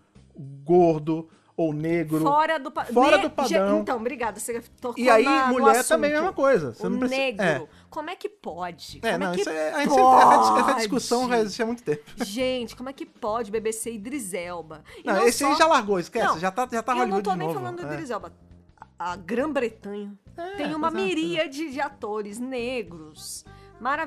A: gordo ou negro.
B: Fora do, pa...
A: Fora do
B: ge-
A: padrão.
B: Então, obrigada. Você tocou
A: E aí,
B: na, no
A: mulher
B: assunto.
A: também é a mesma coisa. Você
B: o
A: não precisa.
B: negro.
A: é.
B: Como é que pode?
A: É,
B: como
A: não,
B: é que
A: isso é, a gente sempre- essa,
B: pode?
A: essa discussão já existe há muito tempo.
B: Gente, como é que pode BBC e Drizelba? E
A: Não, esse aí
B: só-
A: já largou, esquece.
B: Não,
A: já tá, já tá
B: Eu não
A: Hollywood
B: tô
A: de
B: nem
A: novo,
B: falando
A: é.
B: do Drizelba. A a Grã-Bretanha
A: É,
B: tem uma
A: pois é,
B: miríade de atores negros,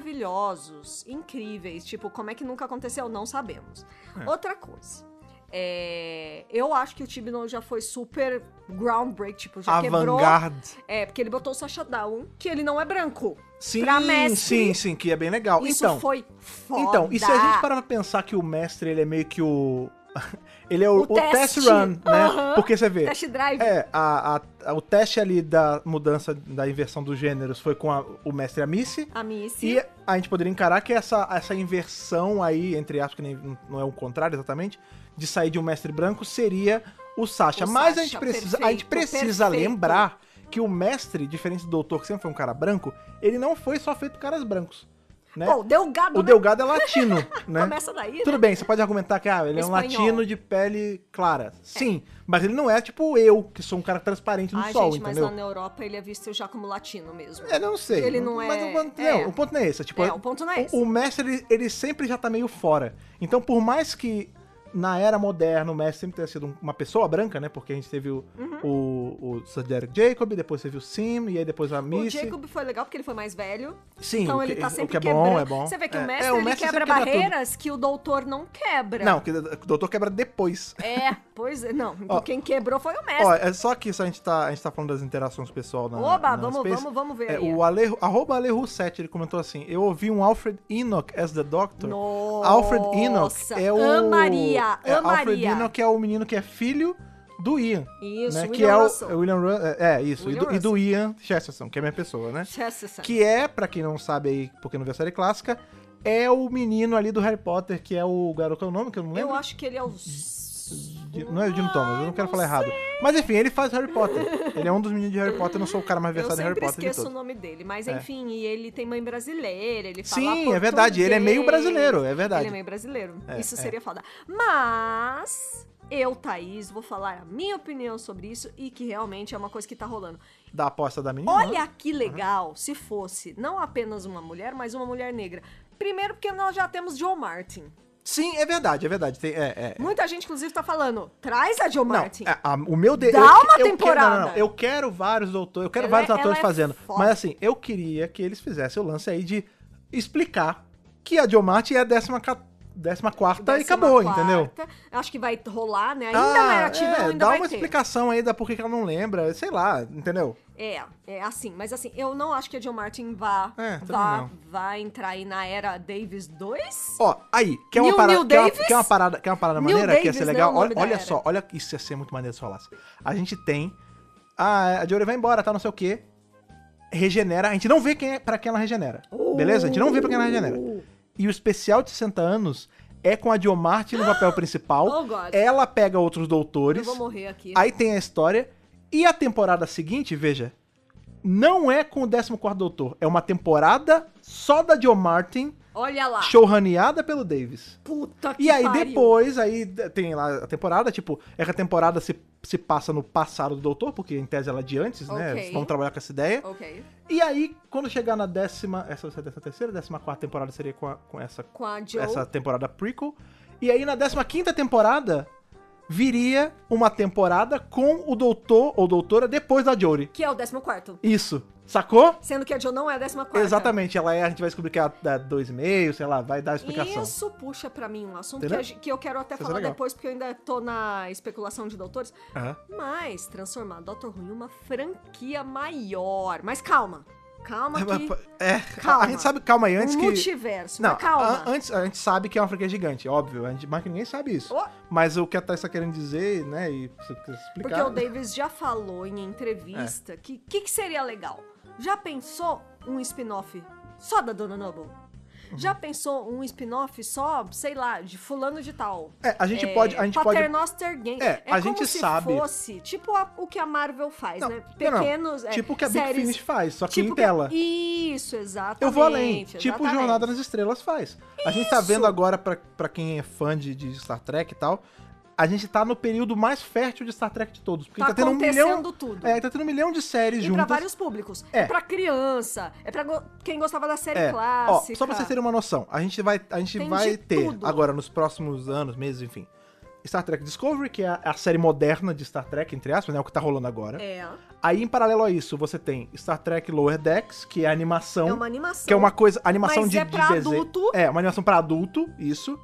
B: maravilhosos, incríveis. Tipo, como é que nunca aconteceu? Não sabemos.
A: É.
B: Outra coisa. é, eu acho que o Tibnon já foi super groundbreak, tipo, já quebrou.
A: Avant-garde.
B: É, porque ele botou o Sacha Down, que ele não é branco.
A: Sim,
B: Pra mestre,
A: sim, sim, que é bem legal.
B: Isso
A: então,
B: foi foda.
A: então, e se a gente parar pra pensar que o mestre, ele é meio que o... <laughs> ele é o,
B: O
A: o test
B: teste.
A: run, né?
B: Aham.
A: Porque você vê,
B: Test drive.
A: É, a- a- a- o teste ali da mudança, da inversão dos gêneros foi com a- o mestre a Missy.
B: A Missy.
A: E é, a gente poderia encarar que essa, essa inversão aí, entre aspas, que nem, não é um contrário exatamente, de sair de um mestre branco seria o Sasha.
B: O
A: Mas a
B: Sasha,
A: gente precisa, a gente
B: perfeito,
A: precisa
B: perfeito.
A: lembrar que o mestre, diferente do doutor, que sempre foi um cara branco, ele não foi só feito por caras brancos. Né?
B: Pô, deu gado,
A: o Delgado é latino,
B: <laughs>
A: né?
B: Começa daí,
A: Tudo bem, você pode argumentar que ah, ele é um
B: Espanhol. É.
A: latino de pele clara. Sim, mas ele não é tipo eu, que sou um cara transparente no
B: Ai,
A: sol,
B: gente, mas
A: entendeu?
B: lá na Europa ele é visto já como latino mesmo.
A: É, não sei.
B: Ele não
A: mas
B: é-
A: o ponto,
B: é.
A: Não, o ponto não é esse. é Tipo,
B: É, o ponto não é esse.
A: o mestre, ele, ele sempre já tá meio fora. Então, por mais que na era moderna o mestre sempre tenha sido um- uma pessoa branca, né? Porque a gente teve o,
B: Uhum.
A: o, o Sir Derek Jacob, depois teve o Sim, e aí depois a
B: O
A: Missy.
B: Jacob foi legal porque ele foi mais velho.
A: Sim,
B: então
A: o que,
B: ele tá
A: o
B: sempre
A: que é
B: quebrando.
A: bom, é bom.
B: Você vê que
A: É.
B: o mestre,
A: É,
B: ele
A: sempre
B: quebra
A: tudo.
B: barreiras que o doutor não quebra.
A: Não, que o doutor quebra depois.
B: É, pois é. Não, então
A: Ó.
B: quem quebrou foi o
A: Ó,
B: mestre.
A: é só que isso a gente tá, a gente tá falando das interações pessoal na
B: Oba,
A: na
B: vamos,
A: Space.
B: vamos, vamos ver
A: É,
B: aí.
A: o Ale, arroba Alehu7, ele comentou assim, eu ouvi um Alfred Enoch as the Doctor.
B: Nossa,
A: Alfred Enoch é o...
B: Am Maria,
A: é,
B: Am
A: Alfred
B: Maria.
A: Enoch é o menino que é filho do Ian,
B: Isso,
A: né?
B: William
A: que é o
B: Russell.
A: é o William Russell. É, isso. E
B: William Tá.
A: do, e do Ian Chesterton, que é minha pessoa, né?
B: Chesterton.
A: Que é, pra quem não sabe aí, porque não viu a série clássica, é o menino ali do Harry Potter, que é o garoto, é o nome que eu não lembro?
B: Eu acho que ele é o...
A: Di- Não é o Dino Thomas, eu não
B: Ai,
A: quero falar errado. Mas enfim, ele faz Harry Potter. Ele é um dos meninos de Harry Potter, eu não sou o cara mais
B: Eu
A: versado em Harry
B: sempre
A: Potter de
B: esqueço o
A: todos.
B: nome dele, mas
A: É.
B: enfim, e ele tem mãe brasileira, ele fala
A: Sim, é verdade, ele é meio
B: português.
A: brasileiro, é
B: Ele é
A: verdade.
B: meio brasileiro.
A: É,
B: isso
A: é.
B: seria foda. Mas eu, Thaís, vou falar a minha opinião sobre isso e que realmente é uma coisa que tá rolando.
A: Da aposta da menina.
B: Olha que
A: Uhum.
B: legal se fosse não apenas uma mulher, mas uma mulher negra. Primeiro porque nós já temos Joe Martin.
A: Sim, é verdade, é verdade. Tem- é, é.
B: Muita gente, inclusive, tá falando, traz a Joe
A: Não,
B: Martin.
A: é, a- o meu de...
B: Dá
A: eu que-
B: uma
A: eu que-
B: temporada.
A: não, não, não, eu quero vários doutores, eu quero
B: Ela é-
A: vários
B: ela
A: atores
B: é
A: fazendo.
B: foda.
A: Mas assim, eu queria que eles fizessem o lance aí de explicar que a Diomati é a décima, ca- décima quarta e tá acabou, entendeu?
B: Acho que vai rolar, né? Ainda não era ativa,
A: é,
B: ainda
A: dá
B: vai
A: uma
B: ter.
A: explicação aí da por que que ela não lembra, sei lá, entendeu?
B: É, é assim, mas assim, eu não acho que a John Martin vá,
A: É, também
B: vá,
A: não.
B: vá entrar aí na era Davis 2.
A: Ó, aí, quer uma,
B: Neil-
A: parada,
B: Neil
A: quer, uma,
B: Davis?
A: quer uma parada, quer uma parada
B: Neil
A: maneira que ia ser
B: Davis,
A: legal?
B: né, o nome
A: olha
B: da
A: olha
B: era.
A: só, olha que isso ia ser muito maneiro se falasse. A gente tem a, a Jory vai embora, tá não sei o quê. Regenera, a gente não vê quem é, para quem ela regenera. Beleza? A gente não vê pra quem ela regenera. E o especial de 60 anos é com a Diomarte
B: <gasps>
A: no papel principal.
B: Oh, God.
A: Ela pega outros
B: Eu
A: doutores.
B: vou morrer aqui.
A: Aí tem a história. E a temporada seguinte, veja, não é com o 14 Doutor. É uma temporada só da Jo Martin,
B: Olha lá.
A: showraneada pelo Davis.
B: Puta Ah. que
A: E aí
B: pariu.
A: depois, aí d- tem lá a temporada, tipo, essa temporada se, se passa no passado do Doutor, porque em tese ela é de antes, né?
B: Ok.
A: Eles vão trabalhar com essa ideia.
B: Ok.
A: E aí, quando chegar na décima, essa vai ser a décima terceira, décima quarta temporada seria com, a- com essa,
B: Com a Joe.
A: essa temporada prequel. E aí, na décima quinta temporada, viria uma temporada com o doutor ou doutora depois da Jory.
B: Que é o 14.
A: Isso, sacou?
B: Sendo que a Joe não é a 14.
A: Exatamente, ela é, a gente vai descobrir que ela dá dois e meio, sei lá, vai dar explicação.
B: Isso puxa pra mim um assunto que,
A: Entendeu?
B: a gen- que eu quero até
A: Isso é
B: falar
A: legal. Ah.
B: depois, porque eu ainda tô na especulação de doutores.
A: Aham.
B: Mas transformar Doctor Who em uma franquia maior. Mas calma. Calma que...
A: É,
B: Calma.
A: a gente sabe, calma aí, antes
B: um
A: que...
B: multiverso.
A: Não,
B: mas calma.
A: a- antes, a gente sabe que é uma franquia gigante, óbvio, a gente, mas que ninguém sabe isso.
B: Ó.
A: Mas o que a Thais tá querendo dizer, né, e se- se explicar... É.
B: Porque o Davis já falou em entrevista que o que, que seria legal? Já pensou um spin-off só da Dona Noble?
A: Uhum.
B: Já pensou um spin-off só, sei lá, de fulano de tal?
A: É, a gente pode- a gente pode-
B: Paternoster Game.
A: É, a
B: como
A: gente
B: se
A: sabe.
B: fosse tipo a- o que a Marvel faz,
A: Não,
B: né?
A: não, não.
B: Pequenos. é,
A: Tipo o que a Big
B: séries,
A: Finish faz, só que
B: tipo
A: em tela.
B: Isso, exatamente.
A: Eu vou além. Tipo
B: exatamente.
A: Jornada nas Estrelas faz. A gente tá
B: Isso!
A: vendo agora, pra, pra quem é fã de, de Star Trek e tal, a gente tá no período mais fértil de Star Trek de todos. Porque
B: Tá
A: tendo um
B: acontecendo
A: milhão.
B: tudo.
A: É, tá tendo um milhão de séries
B: E pra
A: juntas.
B: vários públicos.
A: É.
B: É, pra criança. É pra go- quem gostava da série
A: É. Ó,
B: clássica.
A: só pra vocês terem uma noção, a gente vai, a gente
B: Tem
A: vai
B: de
A: ter
B: tudo.
A: agora nos próximos anos, meses, enfim. Star Trek Discovery, que é a, a série moderna de Star Trek, entre aspas, né? O que tá rolando agora.
B: É.
A: Aí, em paralelo a isso, você tem Star Trek Lower Decks, que é a animação.
B: É uma animação.
A: Que é uma coisa. Animação
B: Mas
A: de,
B: é
A: de
B: pra
A: desenho.
B: adulto.
A: É, uma animação pra adulto, isso.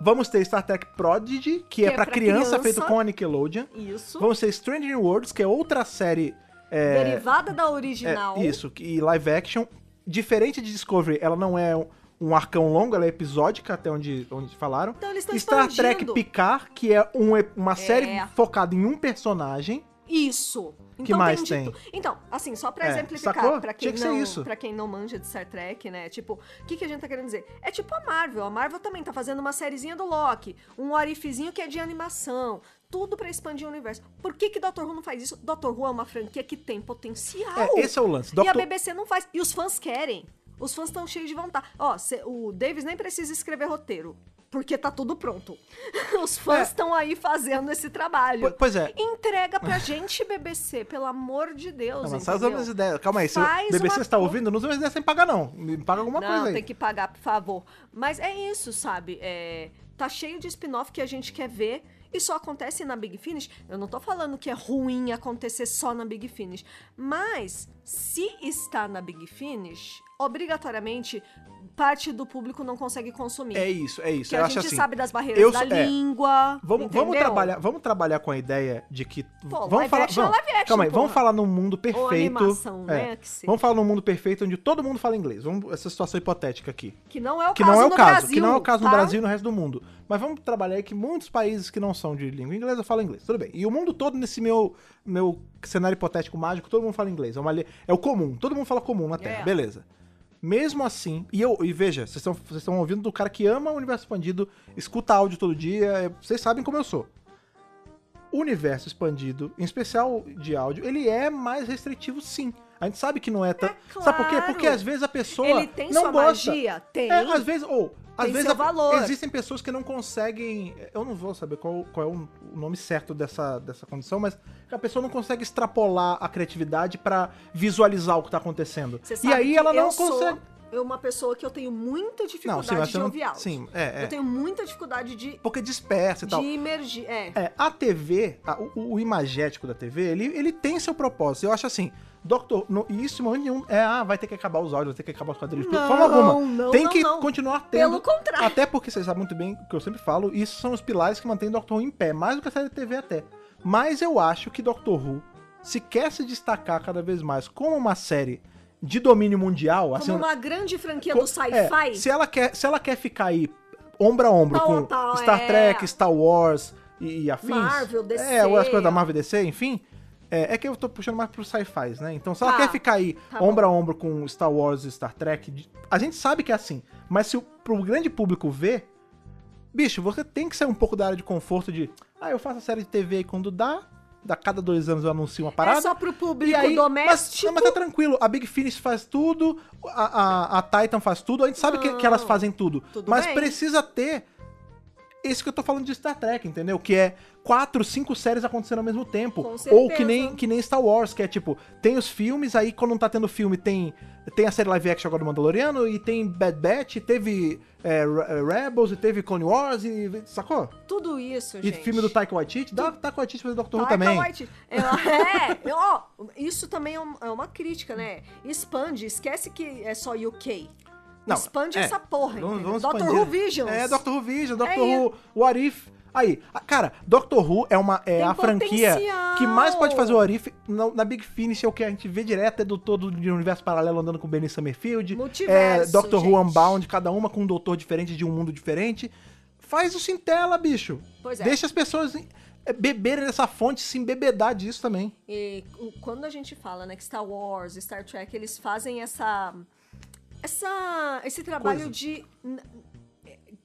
A: Vamos ter Star Trek Prodigy, que, é, pra criança, feito com a Nickelodeon.
B: Isso.
A: Vamos ter Stranger Worlds, que é outra série. É,
B: Derivada da
A: é,
B: original.
A: isso, que- e live action. Diferente de Discovery, ela não é um- um arcão longo, ela é episódica, até onde, onde falaram.
B: Então eles estão
A: Star Trek
B: expandindo.
A: Picard, que é um ep- uma série
B: É.
A: focada em um personagem.
B: Isso. Então,
A: Que mais
B: de
A: tem?
B: tu- Então, assim, só pra
A: É, sacou?
B: exemplificar, pra quem,
A: Tinha que ser
B: não,
A: isso.
B: pra quem não manja de Star Trek, né? Tipo, o que, que a gente tá querendo dizer? É tipo a Marvel. A Marvel também tá fazendo uma sériezinha do Loki, um orifezinho que é de animação. Tudo pra expandir o universo. Por que que Doctor Who não faz isso? Doctor Who é uma franquia que tem potencial.
A: É, esse é o lance.
B: Ah, E a
A: Doctor-
B: BBC não faz. E os fãs querem. Os fãs estão cheios de vontade. Ó, cê- o Davis nem precisa escrever roteiro. Porque tá tudo pronto. <laughs> Os fãs
A: É.
B: estão aí fazendo esse trabalho.
A: Po- pois é.
B: Entrega pra gente, BBC, pelo amor de Deus.
A: Não, mas faz
B: entendeu?
A: umas ideias. Calma aí, se o
B: Faz
A: BBC
B: uma
A: está
B: co-
A: tá ouvindo, não usa umas ideias sem pagar, não. Me paga alguma
B: não,
A: coisa aí.
B: tem que pagar, por favor. Mas é isso, sabe? É, tá cheio de spin-off que a gente quer ver e só acontece na Big Finish. Eu não tô falando que é ruim acontecer só na Big Finish. Mas se está na Big Finish, obrigatoriamente parte do público não consegue consumir.
A: É isso, é isso.
B: que
A: eu
B: a
A: acho
B: gente
A: assim.
B: sabe das barreiras
A: eu
B: da
A: sou- é.
B: língua.
A: Vamos, vamos
B: entendeu?
A: trabalhar, vamos trabalhar com a ideia de que vamos
B: live
A: falar,
B: action é
A: vamos,
B: live action,
A: calma aí, vamos
B: porra.
A: falar num mundo perfeito,
B: Ou animação,
A: é,
B: né, que seja.
A: vamos falar num mundo perfeito onde todo mundo fala inglês. Vamos essa situação hipotética aqui,
B: Que não é o
A: que
B: caso
A: não é o
B: no
A: caso,
B: Brasil.
A: que não é o caso no
B: tá?
A: Brasil e no resto do mundo. Mas vamos trabalhar aí que muitos países que não são de língua inglesa falam inglês, tudo bem. E o mundo todo nesse meu meu cenário hipotético mágico, todo mundo fala inglês. É, uma, li- é o comum, todo mundo fala comum na Terra,
B: É.
A: beleza? Mesmo assim, e eu e veja, vocês estão vocês estão ouvindo do cara que ama o universo expandido, escuta áudio todo dia, é- vocês sabem como eu sou o universo expandido, em especial de áudio, ele é mais restritivo, sim. A gente sabe que não é tão. Sabe por quê?
B: claro.
A: Porque às vezes a pessoa
B: Ele tem
A: não
B: sua
A: gosta.
B: magia? Tem.
A: É, às vezes, ou às
B: Tem
A: vezes
B: seu
A: a-
B: valor.
A: existem pessoas que não conseguem. Eu não vou saber qual, qual é o o nome certo dessa, dessa condição, mas a pessoa não consegue extrapolar a criatividade pra visualizar o que tá acontecendo.
B: Você
A: e
B: sabe
A: aí
B: que
A: ela não
B: eu sou-
A: consegue.
B: eu- uma pessoa que eu tenho muita
A: Não,
B: dificuldade
A: sim, mas
B: de
A: você não...
B: ouvir áudio.
A: Sim, é,
B: Eu
A: é.
B: tenho muita dificuldade de,
A: Porque dispersa e
B: de
A: tal.
B: emergir. É.
A: É, a TV, a- o, o imagético da TV, ele, ele tem seu propósito. Eu acho assim, Doctor, no, e isso em momento nenhum é, ah, vai ter que acabar os áudios, vai ter que acabar os quadrilhos. de
B: Não,
A: forma alguma.
B: não,
A: tem
B: não,
A: que
B: não.
A: continuar tendo.
B: Pelo contrário.
A: Até porque vocês sabem muito bem o que eu sempre falo, isso são os pilares que mantêm Doctor Who em pé, mais do que a série de TV até. Mas eu acho que Doctor Who, se quer se destacar cada vez mais como uma série de domínio mundial, assim,
B: Como uma grande franquia
A: Co-
B: do sci-fi.
A: é, se, ela quer, se ela quer ficar aí ombro a ombro
B: Tal,
A: com
B: tal,
A: Star
B: é.
A: Trek, Star Wars e, e afins.
B: Marvel, DC.
A: É, ou as coisas da Marvel DC, enfim. É, é que eu tô puxando mais pro sci-fi, né? Então, se ela
B: Tá,
A: quer ficar aí
B: tá bom.
A: ombro a ombro com Star Wars e Star Trek, de- a gente sabe que é assim. Mas se o, pro grande público ver, bicho, você tem que sair um pouco da área de conforto de. Ah, eu faço a série de TV aí quando dá. Da cada dois anos eu anuncio uma parada.
B: É só pro
A: E
B: público
A: aí, mas,
B: doméstico.
A: não, mas tá tranquilo, a Big Finish faz tudo, a, a, a Titan faz tudo, a gente sabe que,
B: Não.
A: que elas fazem tudo.
B: Tudo
A: mas
B: bem.
A: precisa ter esse que eu tô falando de Star Trek, entendeu? Que é quatro, cinco séries acontecendo ao mesmo tempo.
B: Com certeza.
A: Ou que nem, que nem Star Wars, que é tipo, tem os filmes, aí quando não tá tendo filme, tem, tem a série live action agora do Mandaloriano, e tem Bad Batch, e teve é, Re- é, Rebels, e teve Clone Wars, e. Sacou?
B: Tudo isso,
A: E
B: gente.
A: filme do Taika Waititi, dá Taika Waititi fazer Doctor Who
B: Taika
A: também.
B: Waititi. É, é, ó, isso também é, um- é uma crítica, né? Expande, esquece que é só UK.
A: Não,
B: Expande
A: é.
B: essa porra.
A: Vamos,
B: entendeu?
A: vamos
B: Doctor
A: expandir.
B: Who Visions.
A: É, Doctor Who Vision, Doctor
B: É
A: Who What If. Aí, a- cara, Doctor Who é, uma, é
B: Tem
A: a franquia
B: potencial.
A: que mais pode fazer o What If. Na, na Big Finish é o que a gente vê direto, é do todo de universo paralelo andando com o Benny Summerfield. é
B: Multiverso,
A: Doctor Who
B: gente.
A: Unbound, cada uma com um doutor diferente de um mundo diferente. Faz o Sintela, bicho.
B: Pois é.
A: Deixa as pessoas em- é, beberem dessa fonte, se embebedar disso também.
B: E o- quando a gente fala, né, que Star Wars, Star Trek, eles fazem essa. essa esse trabalho
A: Coisa.
B: de. n-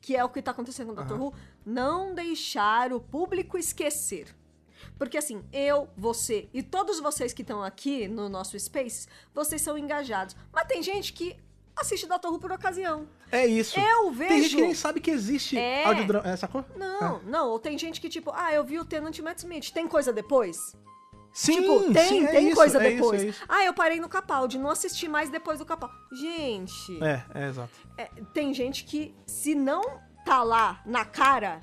B: que é o que tá acontecendo com o Dr. Who, não deixar o público esquecer. Porque assim, eu, você e todos vocês que estão aqui no nosso Space, vocês são engajados. Mas tem gente que assiste Dr. Who por ocasião.
A: É isso.
B: Eu vejo.
A: Tem gente que nem sabe que existe
B: É.
A: audiodrama. É, sacou?
B: Não, não. Ou tem gente que, tipo, ah, eu vi o Tenant Matt Smith. Tem coisa depois?
A: Sim,
B: tipo, tem,
A: sim, é
B: tem
A: isso,
B: coisa
A: é isso,
B: depois.
A: é isso.
B: Ah, eu parei no Capaldi, não assisti mais depois do Capaldi. Gente,
A: É, é, exato.
B: é, tem gente que se não tá lá na cara,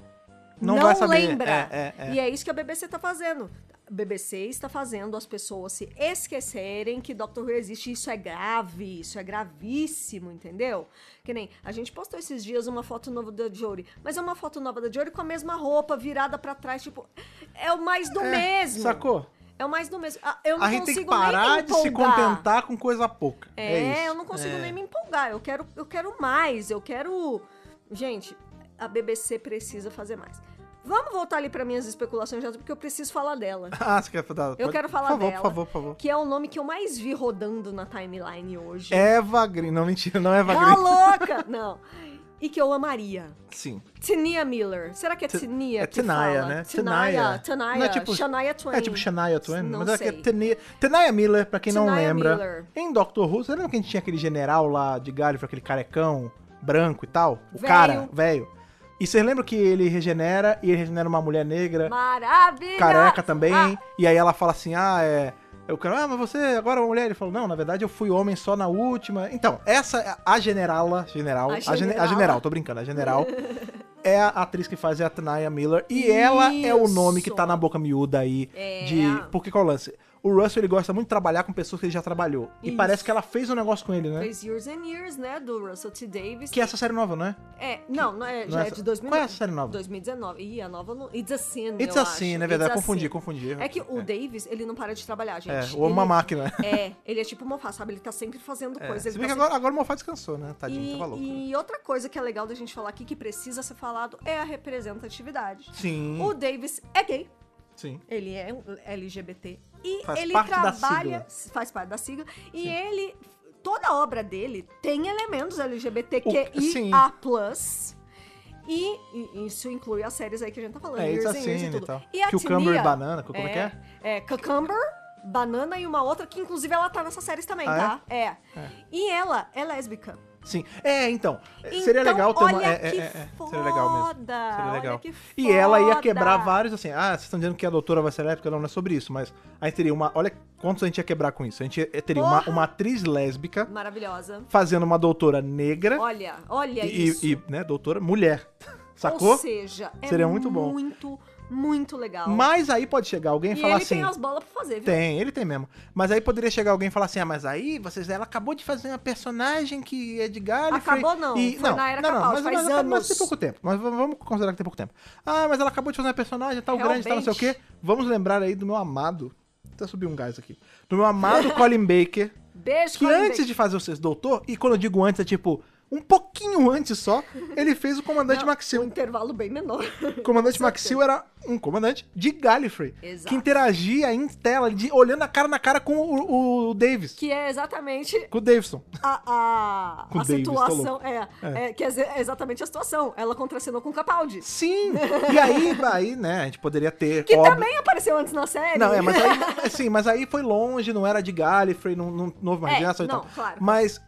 A: Não
B: não,
A: vai saber,
B: lembra.
A: é, é, é.
B: E é isso que a BBC tá fazendo. A BBC está fazendo as pessoas se esquecerem que Dr. Who existe. Isso é grave, isso é gravíssimo, entendeu? Que nem, a gente postou esses dias uma foto nova da Jory, mas é uma foto nova da Jory com a mesma roupa, virada pra trás, tipo, é o mais do
A: É,
B: mesmo.
A: Sacou?
B: É o mais do mesmo. Ah, Eu não
A: A gente tem
B: consigo
A: que parar
B: nem
A: de se
B: empolgar.
A: contentar com coisa pouca. É,
B: É,
A: isso.
B: eu não consigo
A: É.
B: nem me empolgar. Eu quero, eu quero mais. Eu quero. Gente, a BBC precisa fazer mais. Vamos voltar ali para minhas especulações, já porque eu preciso falar dela.
A: <laughs> Ah, você quer falar?
B: Eu quero falar
A: por favor,
B: dela.
A: Por favor, por favor.
B: Que é o nome que eu mais vi rodando na timeline hoje.
A: É, Eva Green. Não, mentira, não é Eva
B: Tá
A: Green.
B: louca! <laughs> Não. E que eu amaria.
A: Sim.
B: Tinia Miller. Será que é
A: Ti-
B: Tinia
A: é
B: que
A: Tinaya,
B: fala?
A: né? Tinaya.
B: Tinaya.
A: Não
B: Tinaya.
A: é tipo-
B: Shania Twain.
A: É tipo Shania Twain,
B: Não
A: mas é
B: sei.
A: que Tenia- Tenaya Miller, pra quem não
B: Tenaya
A: lembra,
B: Miller.
A: em Doctor Who, você lembra que a gente tinha aquele general lá de Gallifrey, aquele carecão branco e tal? O
B: Velho.
A: cara, velho. E vocês lembram que ele regenera e ele regenera uma mulher negra
B: Maravilha!
A: careca também.
B: Ah,
A: E aí ela fala assim: ah, é. Eu quero, ah, mas você agora é uma mulher? Ele falou, não, na verdade eu fui homem só na última. Então, essa é a generala, general,
B: A
A: a, gene- a
B: generala.
A: general, tô brincando, a
B: <laughs>
A: general, é a atriz que faz a Tnaya Miller. E ela é o nome que
B: Isso.
A: tá na boca miúda aí
B: É.
A: de... Porque qual é o lance? O Russell, ele gosta muito de trabalhar com pessoas que ele já trabalhou. E
B: Isso.
A: parece que ela fez um negócio com ele, né?
B: fez Years and Years, né? Do Russell T. Davis.
A: Que é essa série nova, não é?
B: É, não, não é, já
A: é
B: é,
A: essa-
B: de 2000,
A: qual é essa série nova?
B: 2019. Ih, a nova não. It's a Sin,
A: It's
B: eu
A: a Sin,
B: acho.
A: é verdade,
B: It's a
A: confundi,
B: Sin.
A: confundi.
B: É que o
A: É.
B: Davis, ele não para de trabalhar, gente.
A: É,
B: ele,
A: ou uma
B: <laughs>
A: máquina.
B: É, ele é tipo o Mofá, sabe? Ele tá sempre fazendo
A: É.
B: coisa.
A: Se
B: Ele
A: bem
B: tá
A: que agora, agora o Moffat descansou, né? Tadinho,
B: sempre...
A: tava louco.
B: e, e outra coisa que é legal da gente falar aqui, que precisa ser falado, é a representatividade.
A: Sim,
B: O Davis é gay,
A: sim.
B: ele é um LGBT e
A: Faz
B: ele
A: parte da
B: trabalha, faz parte da sigla, e
A: Sim.
B: ele, toda a obra dele tem elementos é
A: O- sim.
B: LGBTQIA+, e, e isso inclui as séries aí que a gente tá falando,
A: É,
B: Years
A: It's a
B: and Years
A: Sin
B: e
A: e
B: tudo.
A: tal.
B: E a
A: Cucumber e
B: Tinia,
A: Banana, como é que é?
B: É, Cucumber, Banana e uma outra, que inclusive ela tá nessas séries também,
A: Ah,
B: tá? É. E ela é lésbica.
A: Sim. É, então. seria
B: Então,
A: legal ter uma.
B: olha
A: é, é,
B: que
A: é, é, seria legal mesmo.
B: foda,
A: Seria
B: olha
A: legal.
B: que
A: E ela ia
B: foda.
A: quebrar vários, assim. Ah, vocês estão dizendo que a doutora vai ser lésbica, não, não é sobre isso, mas aí teria uma. Olha quantos a gente ia quebrar com isso. A gente ia- eh, teria uma,
B: Porra!
A: uma atriz lésbica
B: Maravilhosa.
A: fazendo uma doutora negra
B: Olha, olha
A: e,
B: isso.
A: e, né, doutora mulher. <laughs> Sacou?
B: Ou seja, é
A: Seria muito bom.
B: Muito, muito legal.
A: Mas aí pode chegar alguém e
B: e
A: falar
B: ele
A: assim.
B: tem as bolas pra fazer, viu?
A: Tem, ele tem mesmo. Mas aí poderia chegar alguém e falar assim: ah, mas aí vocês, ela acabou de fazer uma personagem que é de galho.
B: Acabou não,
A: E,
B: foi
A: não,
B: na era
A: não, não, mas,
B: Capaldi, faz
A: mas, mas tem
B: anos.
A: pouco tempo. Mas v- vamos considerar que tem pouco tempo. Ah, mas ela acabou de fazer uma personagem, tal, grande, tal, não sei o quê.
B: Realmente.
A: Vamos lembrar aí do meu amado. Até subir um gás aqui. Do meu
B: <laughs>
A: amado Colin Baker.
B: Beijo,
A: Que
B: Colin
A: antes de fazer o Sexto Doutor, e quando eu digo antes, é tipo, um pouquinho antes só, ele fez o Comandante
B: Não,
A: Maxil.
B: Um intervalo
A: <laughs>
B: bem menor.
A: Comandante Maxill era um comandante de Gallifrey.
B: Exato.
A: Que interagia em tela, de, olhando a cara na cara com o, o Davis.
B: Que é exatamente
A: Com o Davidson.
B: a, a,
A: Com
B: a
A: Davis, tô louco.
B: situação. É, é, que é ex- é exatamente a situação. Ela contracenou com o Capaldi.
A: Sim! E aí, <laughs> aí, né, a gente poderia ter.
B: Que
A: óbvio-
B: também apareceu antes na série.
A: Não, é, mas aí, assim, mas aí foi longe, não era de Gallifrey, não, não, não houve mais
B: É,
A: geração e
B: não,
A: tal.
B: claro.
A: Mas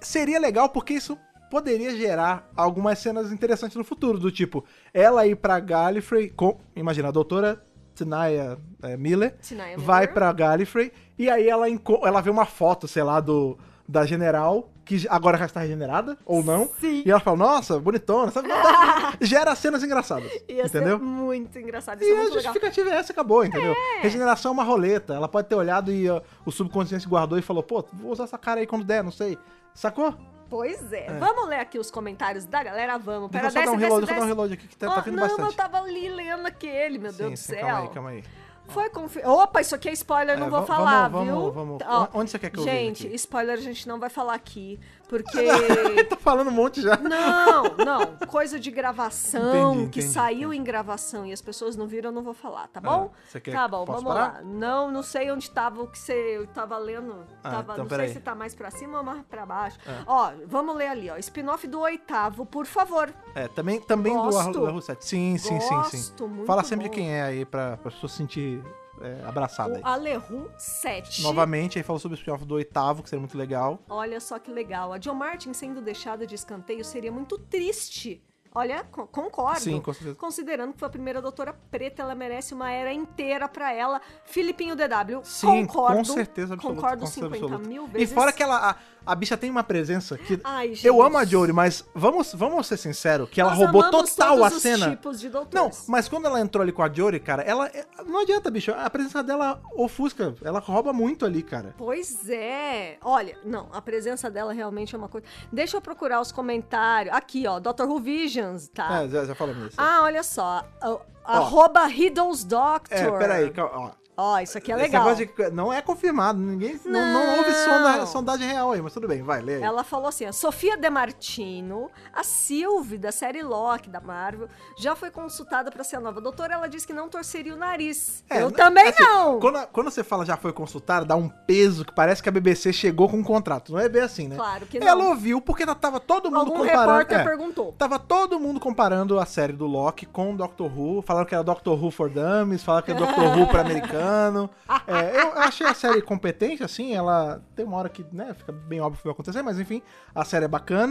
A: seria legal porque isso poderia gerar algumas cenas interessantes no futuro, do tipo, ela ir pra Gallifrey, com, imagina, a doutora Tinaya eh, Miller
B: Tinaya
A: vai
B: Miller.
A: pra Gallifrey e aí ela, enco- ela vê uma foto, sei lá, do da general, que j- agora já está regenerada, ou não,
B: Sim.
A: e ela fala, nossa, bonitona,
B: <laughs>
A: sabe? Então, Gera cenas engraçadas,
B: <laughs> Ia ser
A: entendeu?
B: muito engraçado. Isso
A: E
B: é
A: a
B: muito legal.
A: justificativa é essa, acabou, entendeu? Regeneração é uma roleta. Ela pode ter olhado e ó, o subconsciente guardou e falou, pô, vou usar essa cara aí quando der, não sei. Sacou?
B: Pois é. Vamos ler aqui os comentários da galera? Vamos. Pera,
A: Deixa eu só
B: desce,
A: dar um reload,
B: desce,
A: deixa eu dar um
B: desce.
A: reload aqui que tá,
B: Ó,
A: tá vindo
B: não, eu
A: bastante.
B: tava ali lendo aquele, meu Deus do
A: sim,
B: céu.
A: calma aí, calma aí. <laughs>
B: Foi confi... Opa, isso aqui é spoiler, não
A: É,
B: vou
A: va-
B: falar,
A: vamos-
B: viu? Tá,
A: vamos- vamos.
B: Ó,
A: Onde você quer que eu veja
B: Gente,
A: aqui?
B: spoiler a gente não vai falar aqui,
A: <laughs>
B: porque...
A: Ele tá falando um monte já.
B: não, não, coisa de gravação,
A: Entendi,
B: que
A: entendi,
B: saiu em gravação e as pessoas não viram, eu não vou falar, tá bom?
A: Ah, você quer-
B: tá bom,
A: posso
B: vamos
A: parar?
B: lá. Não, não sei onde tava o que você eu tava lendo,
A: Ah,
B: tava,
A: então
B: não sei
A: peraí.
B: se tá mais pra cima ou mais pra baixo.
A: Ah.
B: Ó, vamos ler ali, ó, spin-off do oitavo, por favor.
A: É, também, também do
B: Gosto.
A: Arlo da Roussetti. Sim, sim, sim, sim.
B: Gosto, muito
A: Fala sempre
B: bom.
A: de quem é aí pra, pra pessoa se sentir é, abraçada aí.
B: O Aleru 7.
A: Novamente, aí falou sobre o spin-off do oitavo, que seria muito legal.
B: Olha só que legal. A John Martin sendo deixada de escanteio seria muito triste. Olha, co- concordo.
A: Sim, com certeza.
B: Considerando que foi a primeira doutora preta, ela merece uma era inteira pra ela. Filipinho DW,
A: Sim,
B: concordo.
A: com certeza absoluta.
B: Concordo
A: com certeza
B: 50
A: absoluta.
B: mil vezes.
A: E fora que ela, a, a bicha tem uma presença que...
B: Ai, gente.
A: eu amo a Jory, mas vamos, vamos ser sinceros, que ela
B: Nós
A: roubou
B: amamos
A: total
B: todos
A: a
B: os
A: cena.
B: tipos de
A: Não,
B: doutores.
A: mas quando ela entrou ali com a Jory, cara, ela... é- Não adianta, bicho. A presença dela ofusca. Ela rouba muito ali, cara.
B: Pois é. Olha, não, a presença dela realmente é uma coisa. Deixa eu procurar os comentários. Aqui, ó, Dr. Who Visions, tá?
A: É, já, já falamos isso.
B: Ah, olha só. ó, Arroba Riddles Doctor.
A: é, peraí. Calma, ó.
B: Ó, isso aqui é
A: Esse
B: legal.
A: negócio de- não é confirmado, ninguém. Não, não
B: Não.
A: houve sonda- sondagem real aí, mas tudo bem, vai, lê aí.
B: Ela falou assim: a Sofia De Martino, a Sylvie da série Loki da Marvel, já foi consultada pra ser a nova doutora. Ela disse que não torceria o nariz.
A: É,
B: Eu
A: n-
B: também
A: assim,
B: não!
A: Quando, a- quando você fala já foi consultada, dá um peso que parece que a BBC chegou com um contrato. Não é bem assim, né?
B: Claro que
A: Ela
B: não.
A: ouviu porque tá- tava todo mundo
B: Algum
A: comparando.
B: repórter
A: é,
B: perguntou.
A: Tava todo mundo comparando a série do Loki com o Doctor Who, falando que era Doctor Who for Dummies, falando que era Doctor Who para
B: <laughs>
A: americano. É, eu achei a série competente, assim, ela tem uma hora que, né, fica bem óbvio o que vai acontecer, mas enfim, a série é bacana.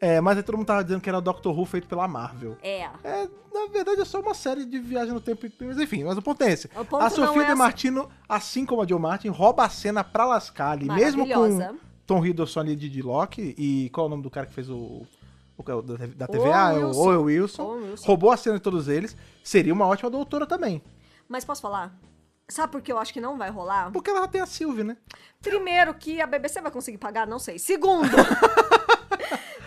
A: É, mas aí todo mundo tava dizendo que era Doctor Who feito pela Marvel.
B: É.
A: É, na verdade, é só uma série de viagem no tempo. e- Mas enfim, mas o ponto é esse.
B: O ponto
A: a
B: não
A: Sofia
B: é
A: De
B: essa.
A: Martino, assim como a Joe Martin, rouba a cena pra lascar ali. Mesmo
B: Maravilhosa.
A: com Tom Hiddleston ali de, de Loki e qual é o nome do cara que fez o... o cara da TV- da TVA? É o
B: Wilson.
A: Owen Wilson.
B: Owen Wilson.
A: Roubou a cena de todos eles. Seria uma ótima doutora também.
B: Mas posso falar? Sabe por que eu acho que não vai rolar?
A: Porque ela já tem a Sylvie, né?
B: Primeiro, que a BBC vai conseguir pagar, não sei. Segundo. Segundo,
A: <laughs>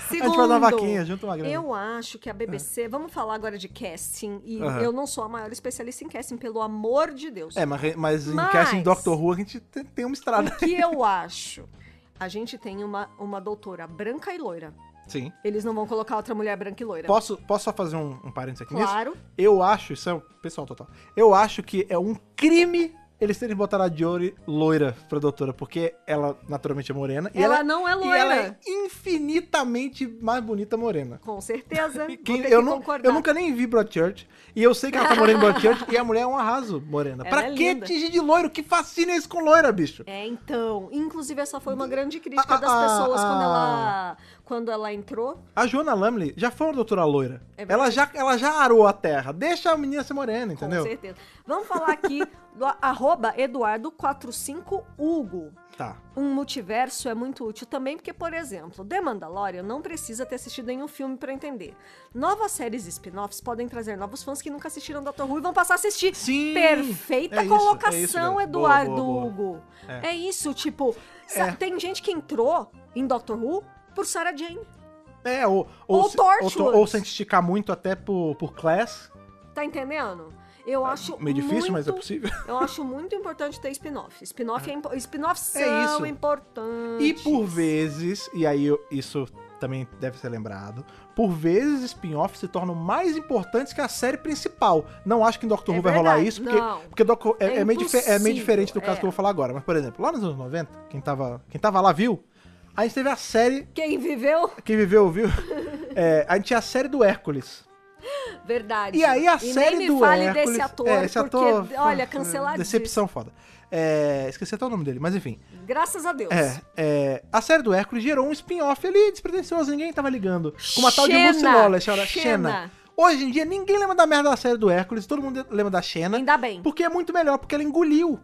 A: A gente faz uma vaquinha, junta uma grana. É.
B: Eu acho que a BBC. Vamos falar agora de casting. E
A: Aham.
B: eu não sou a maior especialista em casting, pelo amor de Deus.
A: É, mas, mas em
B: Mas-
A: casting Doctor Who a gente tem, tem uma estrada. <laughs>
B: O que eu acho? A gente tem uma, uma doutora branca e loira.
A: Sim.
B: Eles não vão colocar outra mulher branca e loira.
A: Posso, posso só fazer um, um parênteses aqui nisso?
B: Claro.
A: Eu acho, isso é o pessoal total. Eu acho que é um crime eles terem botado a Jory loira pra doutora, porque ela naturalmente é morena.
B: Ela não é loira.
A: E ela é infinitamente mais bonita morena.
B: Com certeza.
A: <laughs> E
B: Vou
A: quem-
B: ter que
A: eu, não-
B: concordar.
A: eu nunca nem vi Broadchurch. E eu sei que ela tá morena em
B: <laughs>
A: Broadchurch. e a mulher é um arraso morena.
B: Ela
A: pra
B: é
A: que
B: linda.
A: tingir de loiro? Que fascina isso com loira, bicho?
B: É, então. Inclusive, essa foi uma grande crítica
A: Ah,
B: das
A: ah,
B: pessoas
A: ah.
B: quando ela. quando ela entrou.
A: A Joana Lamley já foi uma doutora loira.
B: É verdade.
A: ela, já, ela já arou a terra. Deixa a menina ser morena,
B: Com
A: entendeu?
B: certeza. Vamos falar aqui do a- arroba Eduardo45Hugo.
A: Tá.
B: Um multiverso é muito útil também porque, por exemplo, The Mandalorian não precisa ter assistido nenhum filme pra entender. Novas séries e spin-offs podem trazer novos fãs que nunca assistiram Dr. Who e vão passar a assistir.
A: Sim!
B: Perfeita
A: É isso, é isso,
B: colocação,
A: Gabi. Boa,
B: Eduardo
A: boa, boa.
B: Hugo.
A: É.
B: É. isso, tipo, sa-
A: É.
B: tem gente que entrou em Doctor Who por Sarah Jane.
A: É, ou, ou,
B: Ou
A: se, ou, to-
B: Torchwood.
A: ou sem te esticar muito até por, por class.
B: Tá entendendo? Eu acho
A: Ah, Meio difícil,
B: muito,
A: mas é possível. <laughs>
B: Eu acho muito importante ter spin-off. Spin-off é, impo- spin-offs
A: É isso.
B: são importantes.
A: E por vezes, e aí eu- isso também deve ser lembrado, por vezes spin-offs se tornam mais importantes que a série principal. Não acho que em Doctor
B: É
A: Who vai rolar
B: verdade,
A: isso, porque,
B: não.
A: porque Doctor- é,
B: É
A: é meio dife- é meio
B: impossível,
A: diferente do caso
B: é.
A: que eu vou falar agora. Mas, por exemplo, lá nos anos 90, quem tava, quem tava lá viu, a gente teve a série,
B: Quem viveu,
A: quem viveu
B: <laughs>
A: viu, É, a gente tinha a série do Hércules.
B: verdade.
A: E aí a
B: e
A: série
B: nem me
A: do
B: fale
A: Hércules,
B: desse ator,
A: é, esse
B: porque,
A: ator,
B: olha,
A: foi-
B: canceladíssimo.
A: Decepção foda. É, esqueci até o nome dele, mas enfim.
B: Graças a Deus.
A: É, é, a série do Hércules gerou um spin-off ali despretensioso, ninguém tava ligando. Com uma tal de
B: Xena,
A: Lucy Lawless, chamada
B: Xena.
A: Xena. Hoje em dia ninguém lembra da merda da série do Hércules, todo mundo lembra da Xena,
B: Ainda bem.
A: porque é muito melhor, porque ela engoliu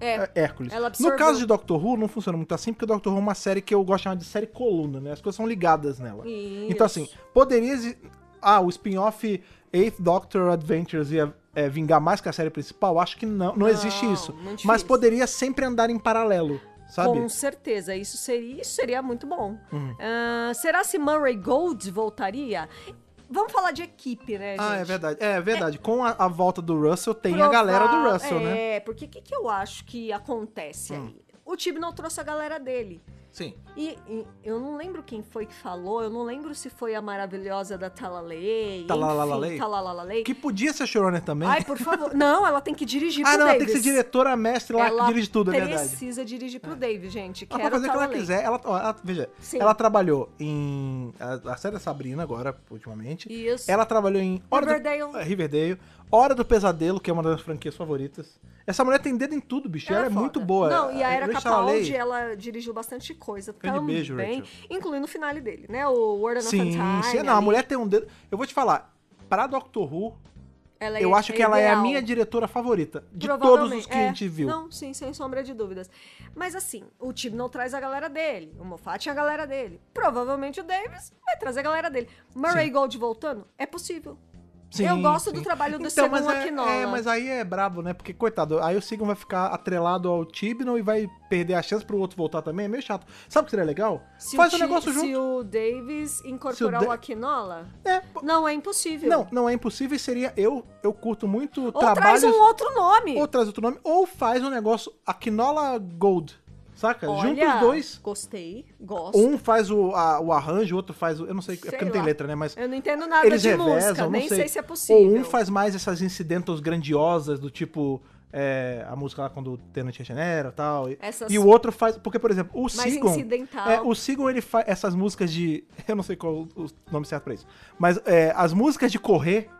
B: É.
A: é, Hércules.
B: Ela
A: no
B: absorveu.
A: caso de Doctor Who, não funciona muito assim, porque Doctor Who é uma série que eu gosto de chamar de série coluna, né? As coisas são ligadas nela. Então,
B: Isso.
A: assim, poderia. exi- Ah, o spin-off Eighth Doctor Adventures ia é, vingar mais que a série principal? Acho que não. Não, existe
B: Não,
A: isso.
B: muito
A: Mas
B: difícil.
A: poderia sempre andar em paralelo, sabe? Hum.
B: Com certeza, isso seria, isso seria muito bom. Ah, será se Murray Gold voltaria? Vamos falar de equipe, né, gente?
A: Ah, é verdade. É verdade. Com a, a volta do Russell, tem a galera do
B: Prova-
A: Russell, né? Hum.
B: É, porque o que, que eu acho que acontece aí? O time não trouxe a galera dele.
A: Sim.
B: E, e eu não lembro quem foi que falou, eu não lembro se foi a maravilhosa da Talalay.
A: Talalalay?
B: enfim, Talalalay.
A: Que podia ser showrunner também.
B: Ai, por favor. Não, ela tem que dirigir
A: ah,
B: pro
A: não, ela tem que
B: Davis.
A: ser diretora mestre lá
B: Ela
A: que dirige tudo, é verdade.
B: precisa dirigir pro Davis, gente.
A: Ela
B: Quero
A: pode fazer o que ela
B: Talalay.
A: quiser. Ela, ó, ela- veja,
B: Sim.
A: ela trabalhou em. A, a série da Sabrina, agora, ultimamente.
B: Isso.
A: Ela trabalhou em Hora
B: Riverdale.
A: Do, Ah, Riverdale, Hora do Pesadelo, que é uma das franquias favoritas. Essa mulher tem dedo em tudo, bicho. Ela, é
B: foda.
A: muito boa.
B: Não, e a Era
A: Rachel Lay-
B: Capaldi, ela dirigiu bastante coisa
A: Grande
B: também.
A: beijo, Rachel.
B: incluindo o finale dele, né? O Word of
A: Sim,
B: Time.
A: sim. Não, a
B: ali.
A: mulher tem um dedo. Eu vou te falar, pra Doctor Who,
B: Ela é-
A: eu acho que ela é a
B: ideal.
A: minha diretora favorita. De todos
B: Provavelmente,
A: os que
B: é.
A: a gente viu.
B: Não, sim, sem sombra de dúvidas. Mas assim, o time não traz a galera dele. O Moffat é a galera dele. Provavelmente o Davis vai trazer a galera dele. Murray
A: Sim.
B: Gold voltando? É possível.
A: Sim,
B: eu gosto do
A: sim.
B: trabalho do
A: Então, mas
B: Segun
A: é-
B: Akinola.
A: É, mas aí é brabo, né? Porque, coitado, aí o Sigon vai ficar atrelado ao Tibnon e vai perder a chance pro outro voltar também. É meio chato. Sabe o que seria legal?
B: Se
A: Faz
B: o
A: o
B: ti-
A: negócio
B: Se
A: junto.
B: o Davis incorporar
A: Se o
B: o,
A: Da-
B: Aquinola,
A: É, pô,
B: não é impossível.
A: não, não é impossível e seria. Eu, eu curto muito
B: Ou
A: trabalhos.
B: traz um outro nome.
A: Ou traz outro nome, ou faz um negócio Aquinola Gold. Saca?
B: Olha,
A: é, Junta os dois.
B: Gostei, gosto.
A: Um faz o, a- o arranjo, o outro faz o. Eu não sei, é
B: Sei
A: porque não tem
B: lá.
A: letra, né? Mas
B: Eu não entendo nada
A: eles
B: de
A: revezam,
B: música,
A: não
B: nem
A: sei.
B: sei. se é possível.
A: Ou um faz mais essas incidentals grandiosas, do tipo é, a música lá quando o Tenant regenera e tal. E,
B: Essas
A: e o outro faz. Porque, por exemplo, o
B: mais
A: Sigon.
B: incidental.
A: É, o Sigon ele faz essas músicas de. <laughs> Eu não sei qual o nome certo pra isso. Mas é, as músicas de correr.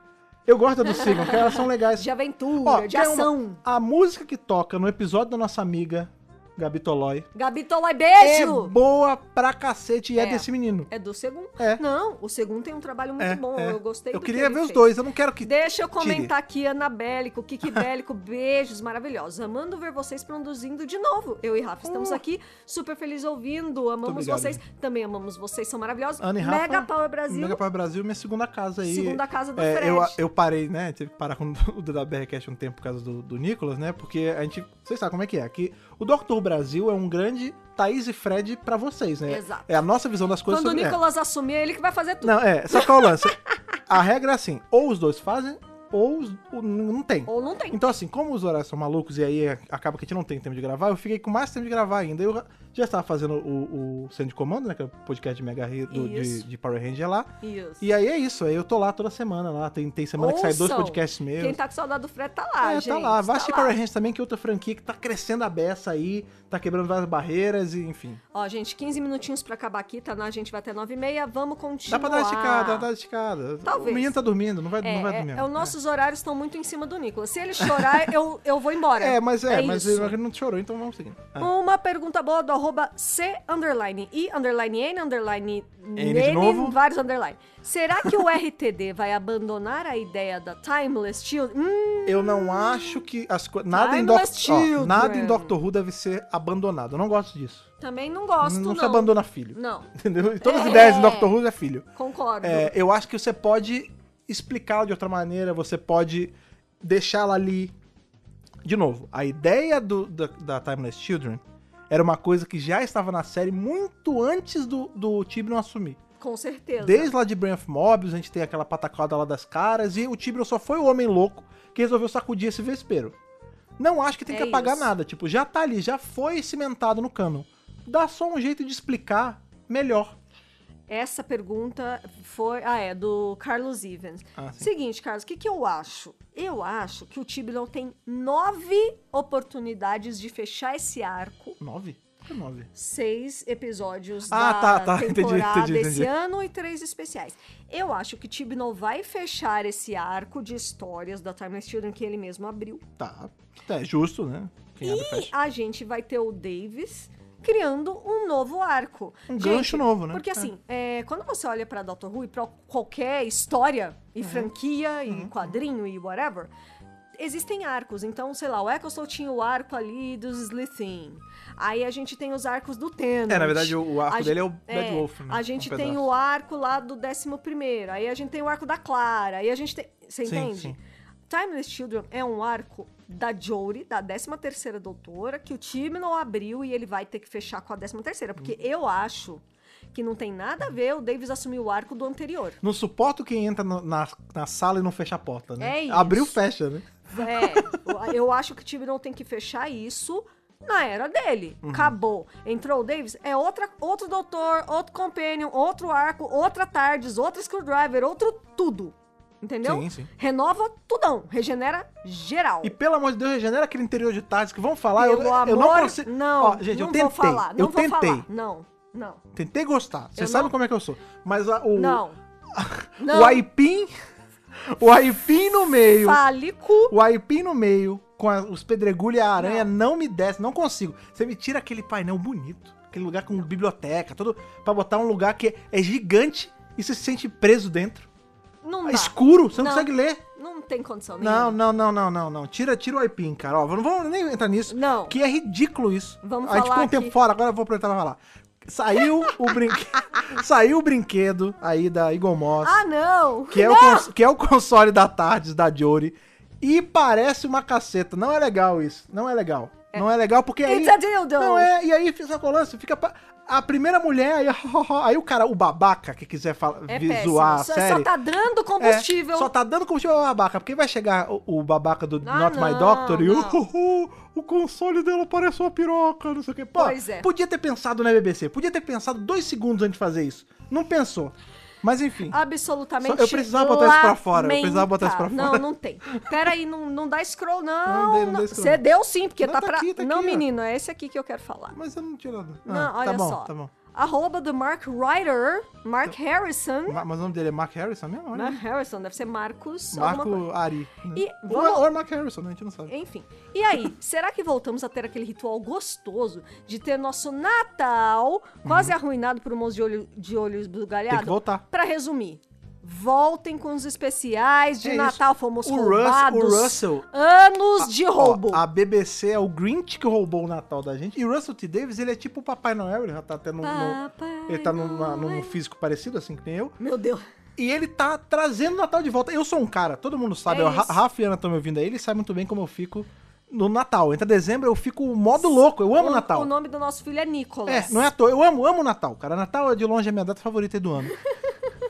A: Eu gosto do Sigon, porque elas são legais.
B: <laughs> De aventura,
A: Ó,
B: de
A: tem uma-
B: ação.
A: A música que toca no episódio da nossa amiga, Gabi Tolói,
B: Gabi Tolai,
A: é
B: beijo!
A: boa pra cacete e é,
B: É.
A: desse menino.
B: É, do segundo.
A: É.
B: Não, o segundo tem um trabalho muito
A: É,
B: bom.
A: é.
B: Eu gostei
A: Eu
B: do
A: queria
B: que ele
A: ver os
B: fez.
A: dois, eu não quero que.
B: Deixa eu
A: Tire.
B: comentar aqui, Ana Bélico, Kiki Bélico, beijos maravilhosos. Amando ver vocês produzindo de novo. Eu e Rafa estamos
A: Uh.
B: aqui, super felizes ouvindo, amamos
A: obrigado,
B: vocês. Também amamos vocês, são maravilhosos.
A: Ana e Rafa, um
B: Mega Power Brasil,
A: Mega Power Brasil, minha segunda casa aí.
B: segunda casa do
A: É,
B: Fred.
A: eu, eu parei, né? Tive que parar com <laughs> o DWRcast um tempo por causa do, do Nicolas, né? Porque a gente. Vocês sabem como é que é. Aqui, o Doctor Brasil é um grande Thaís e Fred pra vocês, né?
B: Exato.
A: É a nossa visão das coisas
B: Quando o
A: sobre é.
B: Nicolas assumir, é ele que vai fazer tudo.
A: Não, é. Só qual é o lance? a regra é assim: ou os dois fazem, ou os, o- não tem.
B: Ou não tem.
A: Então, assim, como os horários são malucos e aí é, acaba que a gente não tem tempo de gravar, eu fiquei com mais tempo de gravar ainda. Eu já estava fazendo o, o Centro de Comando, né? Que é o podcast de Mega Hero- do- de,
B: Isso.
A: de Power Ranger lá.
B: Isso.
A: E aí é isso, aí eu tô lá toda semana lá. Tem, tem semana que sai dois
B: Ouçam.
A: podcasts meus.
B: Quem tá com saudade do Fred tá lá,
A: é,
B: gente.
A: tá lá. Vai assistir Power
B: lá.
A: Rangers também, que é outra franquia que tá crescendo a beça aí, tá quebrando várias barreiras e enfim.
B: Ó, gente, 15 minutinhos pra acabar aqui, tá? A gente vai até 9 e meia. Vamos
A: Dá
B: continuar.
A: pra dar uma esticada, dá pra dar uma esticada.
B: Talvez.
A: O menino tá dormindo, não vai,
B: É,
A: não vai
B: é,
A: dormir.
B: é, os nossos horários estão muito em cima do Nicolas. Se ele chorar, eu, eu vou
A: <laughs>
B: embora.
A: É, mas é, mas
B: isso.
A: ele não chorou, então vamos seguindo. É.
B: Uma pergunta boa do arroba C, underline, I, underline, N, underline,
A: N de novo.
B: vários underline. Será que o <laughs> RTD vai abandonar a ideia da Timeless Child? Hum,
A: Eu não acho que as coisas. Nada, em
B: Timeless
A: Doct- ó, nada em
B: é Children.
A: Doctor Who deve ser abandonado. Eu não gosto disso.
B: também não gosto,
A: não,
B: não.
A: se abandona filho. <laughs>
B: Não,
A: Entendeu? E todas as
B: É.
A: ideias em Doctor Who é filho.
B: concordo.
A: É, eu acho que você pode explicá-lo de outra maneira, você pode deixá-la ali. De novo, a ideia do- da, da Timeless Children era uma coisa que já estava na série muito antes do, do Tibrion assumir.
B: Com certeza.
A: Desde lá de Brain of Mobius, a gente tem aquela patacada lá das caras, e o Tibrion só foi o homem louco que resolveu sacudir esse vespeiro. Não acho que tem
B: É
A: que apagar
B: isso.
A: nada, tipo, já tá ali, já foi cimentado no canon. Dá só um jeito de explicar melhor.
B: Essa pergunta foi. Ah, é, do Carlos Evans.
A: Ah, sim.
B: Seguinte, Carlos, o que, que eu acho? Eu acho que o Tibilon tem nove oportunidades de fechar esse arco.
A: Nove? Que nove?
B: Seis episódios
A: Ah,
B: da
A: tá, <laughs> tá, entendi,
B: temporada
A: entendi, entendi.
B: esse ano e três especiais. Eu acho que Tibnon vai fechar esse arco de histórias da Timeless Children que ele mesmo abriu.
A: Tá. É justo, né? Quem abre fecha.
B: E a gente vai ter o Davis criando um novo arco.
A: Um gancho novo, né?
B: Porque
A: É.
B: assim, é, quando você olha pra Doctor Who e pra qualquer história e
A: Uhum.
B: franquia e quadrinho e whatever, existem arcos. Então, sei lá, o Eccleston tinha o arco ali dos Slytherin. Aí a gente tem os arcos do Tennant.
A: É, na verdade, o- o arco
B: A
A: dele é o
B: gen-
A: Bad Wolf, né?
B: A gente
A: Um
B: tem
A: pedaço.
B: o arco lá do 11º. Aí a gente tem o arco da Clara. Aí a gente tem... Você
A: Sim,
B: entende?
A: sim.
B: Timeless Children é um arco da Jory, da 13ª doutora, que o time não abriu e ele vai ter que fechar com a 13ª, porque eu acho que não tem nada a ver o Davis assumir o arco do anterior.
A: Não suporto quem entra no- na, na sala e não fecha a porta, né?
B: É isso.
A: Abriu, fecha, né?
B: É, eu- eu acho que o time não tem que fechar isso na era dele.
A: Uhum.
B: Acabou. Entrou o Davis, é outra, outro doutor, outro companion, outro arco, outra tardes, outro screwdriver, outro tudo. Entendeu?
A: Sim, sim.
B: Renova tudão, regenera geral.
A: E pelo amor de Deus, regenera aquele interior de tardes que vão falar.
B: Pelo
A: eu, eu
B: amor-
A: não consigo.
B: Não,
A: Ó, gente,
B: não
A: eu tentei.
B: vou falar. Não
A: eu
B: vou
A: tentei.
B: falar. Não, não,
A: Tentei gostar. Você
B: Eu
A: sabe
B: não-
A: como é que eu sou. Mas a- o,
B: não.
A: <laughs> o
B: Não,
A: aipim. <laughs> O aipim no meio.
B: fálico.
A: O aipim no meio, com a- os pedregulhos e a aranha, não.
B: Não.
A: me desce, não consigo. Você me tira aquele painel bonito, aquele lugar com biblioteca, todo pra botar um lugar que é, é gigante e você se sente preso dentro.
B: Não
A: É
B: dá.
A: escuro, você não,
B: Não.
A: consegue ler.
B: Não tem condição
A: Não,
B: nenhuma.
A: não, não, não, não, não. Tira, tira o aipim, cara. Ó, não vamos nem entrar nisso.
B: Não.
A: Que é ridículo isso.
B: Vamos
A: A gente
B: falar
A: ficou um tempo
B: aqui.
A: fora, agora eu vou aproveitar pra falar. Saiu o
B: <laughs>
A: brinquedo. Saiu o brinquedo aí da Eagle Moss
B: Ah, não.
A: que é, o cons- que é o console da Tardes, da Jory. E parece uma caceta. Não é legal isso. Não é legal. Não é legal porque aí.
B: It's a dildo.
A: Não é, e aí fica com o lance, fica pa- a primeira mulher, aí, <laughs> aí o cara, o babaca que quiser fala,
B: É
A: vi-
B: péssimo.
A: zoar a
B: só,
A: série.
B: só tá dando
A: é,
B: combustível.
A: só tá dando combustível ao babaca, porque vai chegar o, o babaca do
B: Ah,
A: Not My
B: não,
A: Doctor e
B: não.
A: "Uhuhu, o console dela parece uma piroca, não sei o que. Pô,
B: Pois é.
A: podia ter pensado na BBC, podia ter pensado dois segundos antes de fazer isso. Não pensou. Mas enfim.
B: Ah. Absolutamente.
A: Só- eu precisava botar isso pra fora, eu
B: lamentável.
A: precisava botar isso pra fora.
B: Não, não tem. Pera aí, não, não dá scroll,
A: Não
B: não.
A: dei- não dei scroll.
B: Você deu sim, porque
A: Não,
B: tá,
A: tá
B: pra.
A: aqui, tá
B: não,
A: aqui, ó.
B: menino, é esse aqui que eu quero falar.
A: Mas eu não tiro nada.
B: não,
A: tá
B: olha
A: bom,
B: só.
A: Tá bom. Tá.
B: Arroba do Mark Ryder, Mark Harrison.
A: Ma- Mas o nome dele é Mark Harrison mesmo? Olha.
B: Mark Harrison, deve ser Marcos. alguma coisa.
A: Marco Ari. Né?
B: E
A: ou,
B: vamos-
A: ou é Mark Harrison, né? A gente não sabe.
B: Enfim. E aí, será que voltamos a ter aquele ritual gostoso de ter nosso Natal quase arruinado por um monte de, olho, de olhos
A: Uhum. Tem que
B: bugalhados?
A: voltar.
B: Pra resumir, voltem com os especiais de
A: É isso.
B: Natal, fomos
A: O Rus-
B: roubados.
A: o Russell- Ah,
B: Anos de roubo.
A: Ó, a BBC é o Grinch que roubou o Natal da gente. E o Russell T. Davis, ele é tipo o Papai Noel. Ele já tá até no... no-
B: Papai
A: Ele tá numa-
B: Noel.
A: num físico parecido, assim que nem eu.
B: Meu Deus.
A: E ele tá trazendo o Natal de volta. Eu sou um cara, todo mundo sabe.
B: É
A: o Ra-
B: isso.
A: Rafa e Ana estão me ouvindo aí. Eles sabem muito bem como eu fico no Natal. Entra dezembro, eu fico modo louco. Eu amo
B: o,
A: Natal.
B: O nome do nosso filho é
A: É,
B: Nicolas.
A: não é à toa. Eu amo, amo o Natal, cara. Natal é de longe a minha data favorita aí do
B: <laughs>
A: ano.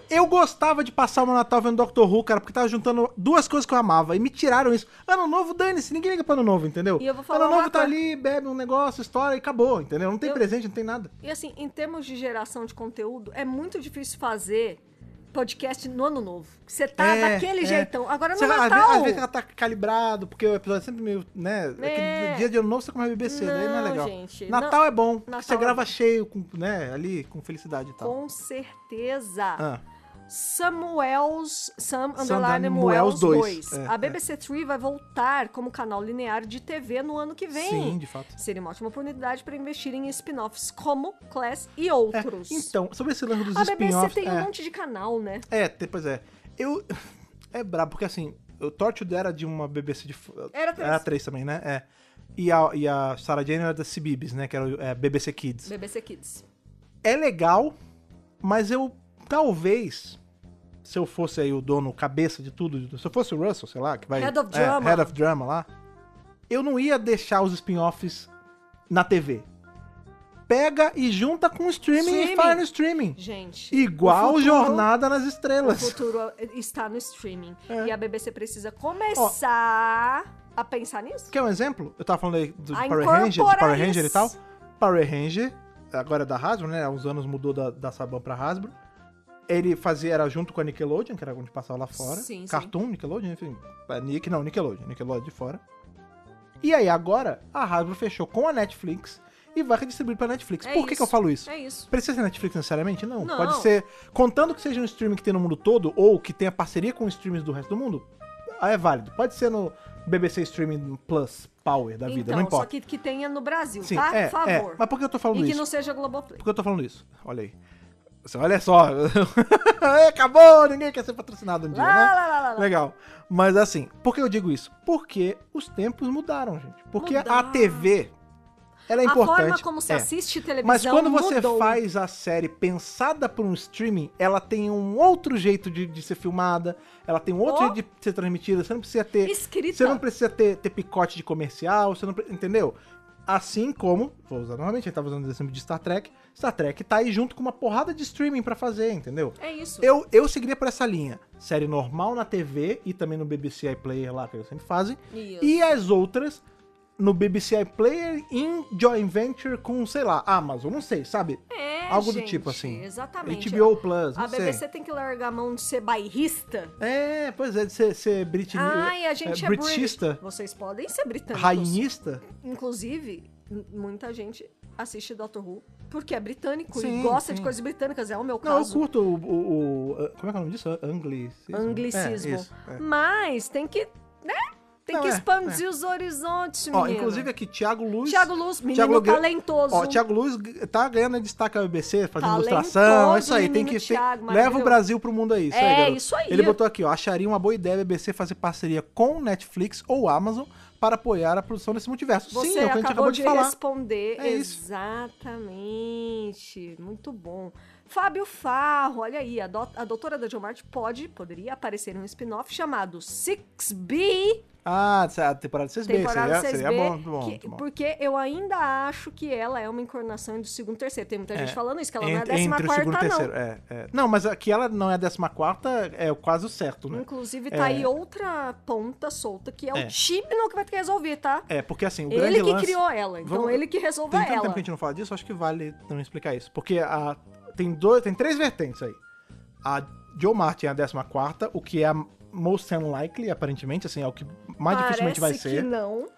A: Eu gostava de passar o meu Natal vendo Doctor Who, cara, porque tava juntando duas coisas que eu amava e me tiraram isso. Ano novo, dane-se, ninguém liga pra ano novo, entendeu?
B: E eu vou falar
A: ano novo
B: uma
A: tá
B: coisa.
A: ali, bebe um negócio, história e acabou, entendeu? Não tem
B: Eu-
A: presente, não tem nada.
B: E assim, em termos de geração de conteúdo, é muito difícil fazer podcast no ano novo. Você tá
A: É,
B: daquele
A: é.
B: jeitão. Agora no
A: Você- às,
B: Natal.
A: vezes, às vezes ela tá calibrado, porque o episódio é sempre meio, né? É.
B: É.
A: que dia de ano novo você começa a beber cedo, aí não é
B: Não,
A: legal.
B: gente,
A: Natal é bom, porque
B: Natal
A: você
B: é
A: grava
B: bom.
A: cheio, com, né, ali, com felicidade e tal.
B: Com certeza.
A: Tá. Ah,
B: Samuels, Sam Underline
A: Underline
B: Muels
A: Muels
B: 2.
A: dois. É,
B: a BBC Three vai voltar como canal linear de TV no ano que vem.
A: Sim, de fato.
B: Seria uma ótima oportunidade para investir em spin-offs como Class e
A: É,
B: outros.
A: então, sobre esse lance dos
B: a BBC
A: spin-offs.
B: tem um
A: É,
B: monte de canal, né?
A: é, te- pois é. Eu. <laughs> É brabo, porque assim, o Torchwood era de uma BBC de. f-
B: Era três.
A: Era três também, né? É. E a, e a Sarah Jane era da CBeebies, né? Que era o- é, BBC Kids.
B: BBC Kids.
A: É legal, mas eu talvez. Se eu fosse aí o dono, cabeça de tudo, se eu fosse o Russell, sei lá, que vai.
B: Head of
A: é,
B: drama.
A: head of drama lá. Eu não ia deixar os spin-offs na TV. Pega e junta com o streaming, e
B: Streaming.
A: faz no streaming.
B: Gente.
A: Igual
B: o futuro-
A: Jornada nas
B: O
A: Estrelas.
B: futuro está no streaming.
A: É.
B: E a BBC precisa começar a pensar nisso.
A: Quer um exemplo? Eu tava falando aí do
B: A
A: Power Ranger, do
B: Ah, incorporar
A: Power Ranger e
B: isso.
A: tal. Power Ranger, agora é da Hasbro, né? Há uns anos mudou da, da Saban pra Hasbro. Ele fazia, era junto com a Nickelodeon, que era onde passava lá fora.
B: Sim, sim.
A: Cartoon, Nickelodeon, enfim. É, Nick, não, Nickelodeon. Nickelodeon de fora. E aí, agora, a Hasbro fechou com a Netflix e vai redistribuir pra Netflix.
B: É
A: Por que, que
B: isso.
A: eu falo isso?
B: É isso.
A: Precisa ser Netflix necessariamente? Não.
B: Não.
A: Pode ser. Contando que seja um streaming que tem no mundo todo, ou que tenha parceria com streams do resto do mundo, é válido. Pode ser no BBC Streaming Plus Power da vida,
B: então,
A: não
B: só
A: importa.
B: que, que tenha no Brasil,
A: Sim,
B: tá?
A: é,
B: Por favor.
A: é. Mas por que eu tô falando
B: E que
A: isso?
B: não seja Globoplay.
A: Por que eu tô falando isso? Olha aí. Você- Olha só. <laughs> Acabou, ninguém quer ser patrocinado um dia,
B: Lá,
A: né?
B: lá, lá, lá, lá.
A: Legal. Mas assim, por que eu digo isso? Porque os tempos mudaram, gente. Porque a
B: Mudaram.
A: TV ela é
B: a
A: importante.
B: forma como se
A: é.
B: assiste televisão
A: Mas quando você
B: mudou.
A: faz a série pensada por um streaming, ela tem um outro jeito de, de ser filmada, ela tem um outro
B: Ó.
A: jeito de ser transmitida, você não precisa ter.
B: Escrita.
A: Você não precisa ter, ter picote de comercial, você não pre- Entendeu? Assim como, vou usar novamente, a gente tava usando o exemplo de Star Trek, Star Trek tá aí junto com uma porrada de streaming pra fazer, entendeu?
B: É isso.
A: Eu, eu seguiria por essa linha. Série normal na TV e também no BBC iPlayer lá, que eles sempre fazem.
B: Isso.
A: E as outras no BBC iPlayer em joint venture com, sei lá, Amazon, não sei, sabe?
B: É,
A: Algo do
B: gente,
A: tipo assim.
B: Exatamente.
A: HBO Plus, não
B: a
A: sei.
B: BBC tem que largar a mão de ser bairrista.
A: É, pois é, de ser, ser britni-
B: Ai, a gente é,
A: britista,
B: British. Vocês podem ser britânicos.
A: rainista.
B: Inclusive, m- muita gente assiste Doctor Who porque é britânico
A: Sim,
B: e gosta de
A: sim.
B: coisas britânicas. É o meu
A: Não, eu
B: caso.
A: curto o, o- o- Como é que é o nome disso? Anglicismo.
B: Anglicismo.
A: É, isso, é.
B: Mas tem que, né? Tem
A: Não,
B: que
A: é,
B: expandir os horizontes, menino.
A: Ó, inclusive é aqui, Thiago Luz.
B: Thiago Luz, menino
A: Thiago Luz-
B: talentoso.
A: Ó, Thiago Luz g- tá ganhando destaque a BBC, fazendo
B: Talentoso,
A: ilustração, é isso aí, tem que
B: menino
A: tem,
B: Thiago,
A: leva o
B: maravilhoso.
A: Brasil pro mundo aí, isso aí,
B: É,
A: garoto.
B: isso aí.
A: Ele botou aqui, ó, acharia uma boa ideia a BBC fazer parceria com Netflix ou Amazon para apoiar a produção desse multiverso.
B: Você
A: Sim, é o que a gente
B: acabou
A: acabou de,
B: de
A: falar.
B: responder.
A: É isso.
B: Exatamente. Muito bom. Fábio Farro, olha aí, a, do- a doutora da Mart pode, poderia aparecer em um spin-off chamado 6B,
A: Ah, essa- a temporada 6B,
B: temporada
A: seria,
B: 6B,
A: seria é bom, muito bom,
B: que-
A: muito bom.
B: porque eu ainda acho que ela é uma encarnação do segundo e terceiro. Tem muita gente
A: É,
B: falando isso, que ela
A: Entre,
B: não é
A: entre o segundo e
B: a 14 não.
A: terceiro, é, é. Não, mas aqui ela não é a 14 é quase o certo, né?
B: Inclusive, tá
A: É.
B: aí outra ponta solta, que é,
A: É.
B: o Chibnall que vai ter que resolver, tá?
A: É, porque assim, o grande
B: ele que
A: lance...
B: criou ela, então
A: Vamos-
B: ele que resolveu
A: Tem tanto
B: ela.
A: tempo que a gente não fala disso, acho que vale também explicar isso. Porque a, tem, dois, tem três vertentes aí. A Joe Martin é a 14, o que é a most unlikely, aparentemente, assim, é o que mais dificilmente vai
B: Parece
A: ser.
B: que não.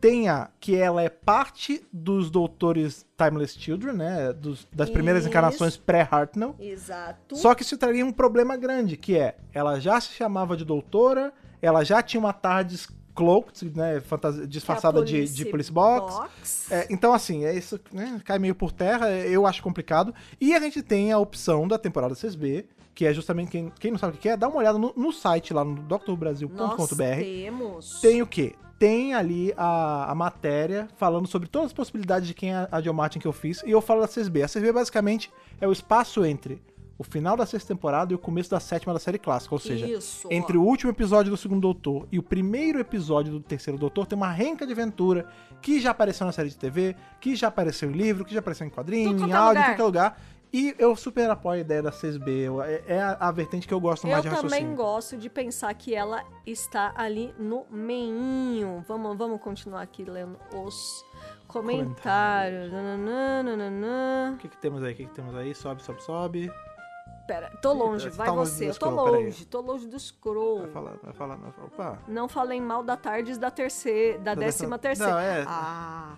A: Tem a que ela é parte dos doutores Timeless Children, né? dos- das primeiras
B: Isso.
A: encarnações pré-Hartnell.
B: Exato.
A: Só que isso traria um problema grande, que é, ela já se chamava de doutora, ela já tinha uma tarde cloaked, né, fantasi-
B: É
A: disfarçada de, de police box. É, então, assim, é isso né, cai meio por terra, é, eu acho complicado. E a gente tem a opção da temporada 6B, que é justamente quem, quem não sabe o que é, dá uma olhada no, no site lá no um
B: Nós
A: drbrasil.com.br.
B: temos.
A: Tem o quê? Tem ali a, a matéria falando sobre todas as possibilidades de quem é a Joe Martin que eu fiz, e eu falo da 6B. A 6B basicamente é o espaço entre o final da sexta temporada e o começo da sétima da série clássica, ou seja,
B: Isso.
A: entre o último episódio do segundo Doutor e o primeiro episódio do terceiro Doutor tem uma renca de aventura que já apareceu na série de TV, que já apareceu em livro, que já apareceu em quadrinho,
B: Tudo
A: em
B: quanto é
A: áudio, em
B: lugar.
A: qualquer lugar. E eu super apoio a ideia da 6B. eu- é- É a, a vertente que eu gosto mais assim.
B: Eu
A: de raciocínio.
B: também gosto de pensar que ela está ali no meinho. Vamos, vamos continuar aqui lendo os comentários. Nananã, nananã.
A: O que, que temos aí? O que, que temos aí? Sobe, sobe, sobe.
B: Pera, tô longe,
A: Eita,
B: vai
A: tá longe
B: você.
A: do
B: Eu tô
A: scroll, peraí.
B: longe, tô longe do
A: Vai
B: scroll.
A: falar, vai falar. Vai falar. Opa.
B: Não falem mal da tardes da terceira, da décima
A: Não,
B: terceira.
A: é.
B: Ah,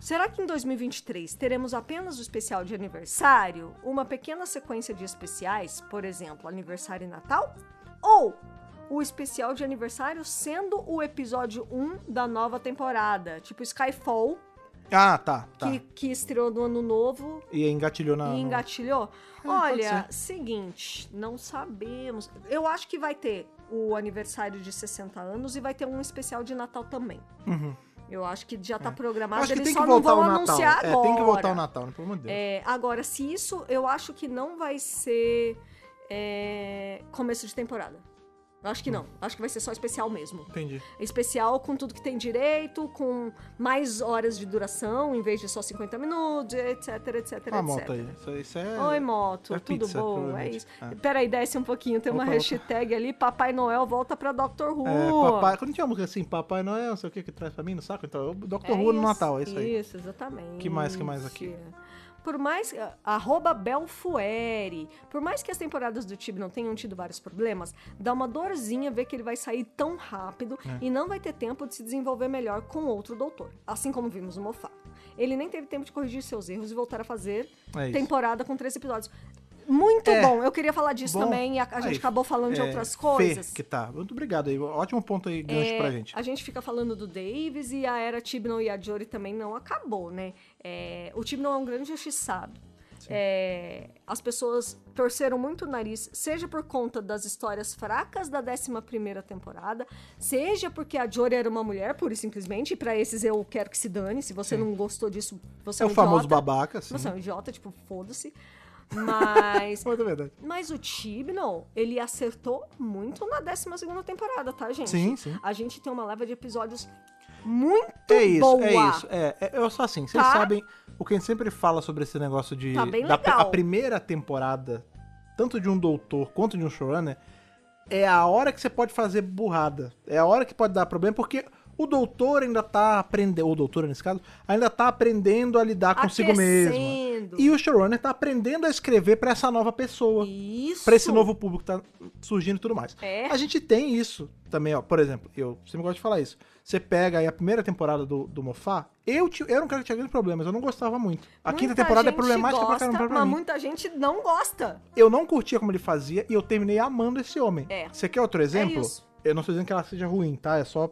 B: Será que em 2023 teremos apenas o especial de aniversário? Uma pequena sequência de especiais, por exemplo, aniversário e Natal? Ou o especial de aniversário sendo o episódio 1 da nova temporada? Tipo Skyfall,
A: Ah, tá, tá.
B: que, que estreou no ano novo
A: E engatilhou na.
B: e
A: no-
B: engatilhou.
A: Ah, pode
B: Olha, seguinte, não sabemos. Eu acho que vai ter o aniversário de 60 anos e vai ter um especial de Natal também.
A: Uhum. É.
B: Eu acho que já tá
A: Eu
B: programado,
A: Acho que
B: eles
A: tem
B: só
A: que
B: não
A: voltar
B: vão
A: o Natal.
B: anunciar
A: É,
B: agora.
A: tem que voltar o Natal, pelo amor de Deus.
B: É, agora, se isso, eu acho que não vai ser é, começo de temporada. Eu acho que não. Acho que vai ser só especial mesmo.
A: Entendi.
B: Especial com tudo que tem direito, com mais horas de duração, em vez de só 50 minutos, etc, etc, etc.
A: Ah, moto aí. Isso, isso é.
B: Oi, moto,
A: é
B: tudo
A: pizza,
B: bom? É
A: provavelmente.
B: isso.
A: Ah.
B: Peraí, desce um pouquinho, tem uma
A: Opa, opa.
B: hashtag ali, Papai Noel volta pra Dr. Who.
A: É, papai, quando tinha uma música assim, Papai Noel, não sei o que que traz pra mim no saco, então eu Dr.
B: É
A: Who no
B: isso,
A: Natal, é isso aí.
B: Isso, exatamente.
A: Que mais, que mais aqui?
B: Por mais. ah, Arroba Belfuere. Por mais que as temporadas do Tibi não tenham tido vários problemas, dá uma dorzinha ver que ele vai sair tão rápido
A: É.
B: e não vai ter tempo de se desenvolver melhor com outro doutor. Assim como vimos no Mofá. Ele nem teve tempo de corrigir seus erros e voltar a fazer
A: É isso.
B: temporada com três episódios. Muito
A: É.
B: bom. Eu queria falar disso
A: Bom,
B: também e a, a gente
A: aí,
B: acabou falando de
A: é,
B: outras
A: Fê,
B: coisas. É,
A: que tá. Muito obrigado aí. Ótimo ponto aí, gancho pra gente.
B: A gente fica falando do Davis e a era Tibnon e a Jory também não acabou, né? É, o Tibnon é um grande justiçado. É, as pessoas torceram muito o nariz, seja por conta das histórias fracas da 11 temporada, seja porque a Jory era uma mulher, pura e simplesmente, e pra esses eu quero que se dane. Se você não gostou disso, você
A: É
B: é um
A: o famoso
B: idiota.
A: babaca, assim.
B: Você é um idiota, tipo, foda-se. Mas
A: Mas é verdade.
B: mas o Tibnon, ele acertou muito na 12 temporada, tá, gente?
A: Sim, sim.
B: A gente tem uma leva de episódios muito
A: É isso,
B: boa.
A: é isso. É, é, eu só assim, vocês
B: Tá?
A: sabem o que a gente sempre fala sobre esse negócio de.
B: Tá bem
A: da pe-
B: legal.
A: a primeira temporada, tanto de um doutor quanto de um showrunner, é a hora que você pode fazer burrada. É a hora que pode dar problema, porque o doutor ainda tá aprendendo. Ou doutora, nesse caso, ainda tá aprendendo a lidar Tá consigo mesmo. é.
B: Aquecendo.
A: E o showrunner tá aprendendo a escrever pra essa nova pessoa.
B: Isso.
A: Pra esse novo público que tá surgindo e tudo mais.
B: É.
A: A gente tem isso também, ó. Por exemplo, eu sempre gosto de falar isso. Você pega aí a primeira temporada do, do Mofá, eu, ti- eu não quero que tinha grandes problemas, eu não gostava muito. A quinta
B: Muita
A: temporada é
B: gente
A: problemática pra
B: gosta,
A: caramba pra
B: Mas
A: mim.
B: muita gente não gosta.
A: Eu não curtia como ele fazia e eu terminei amando esse homem.
B: É.
A: Você quer outro exemplo?
B: isso.
A: Eu não estou dizendo que ela seja ruim, tá? É só.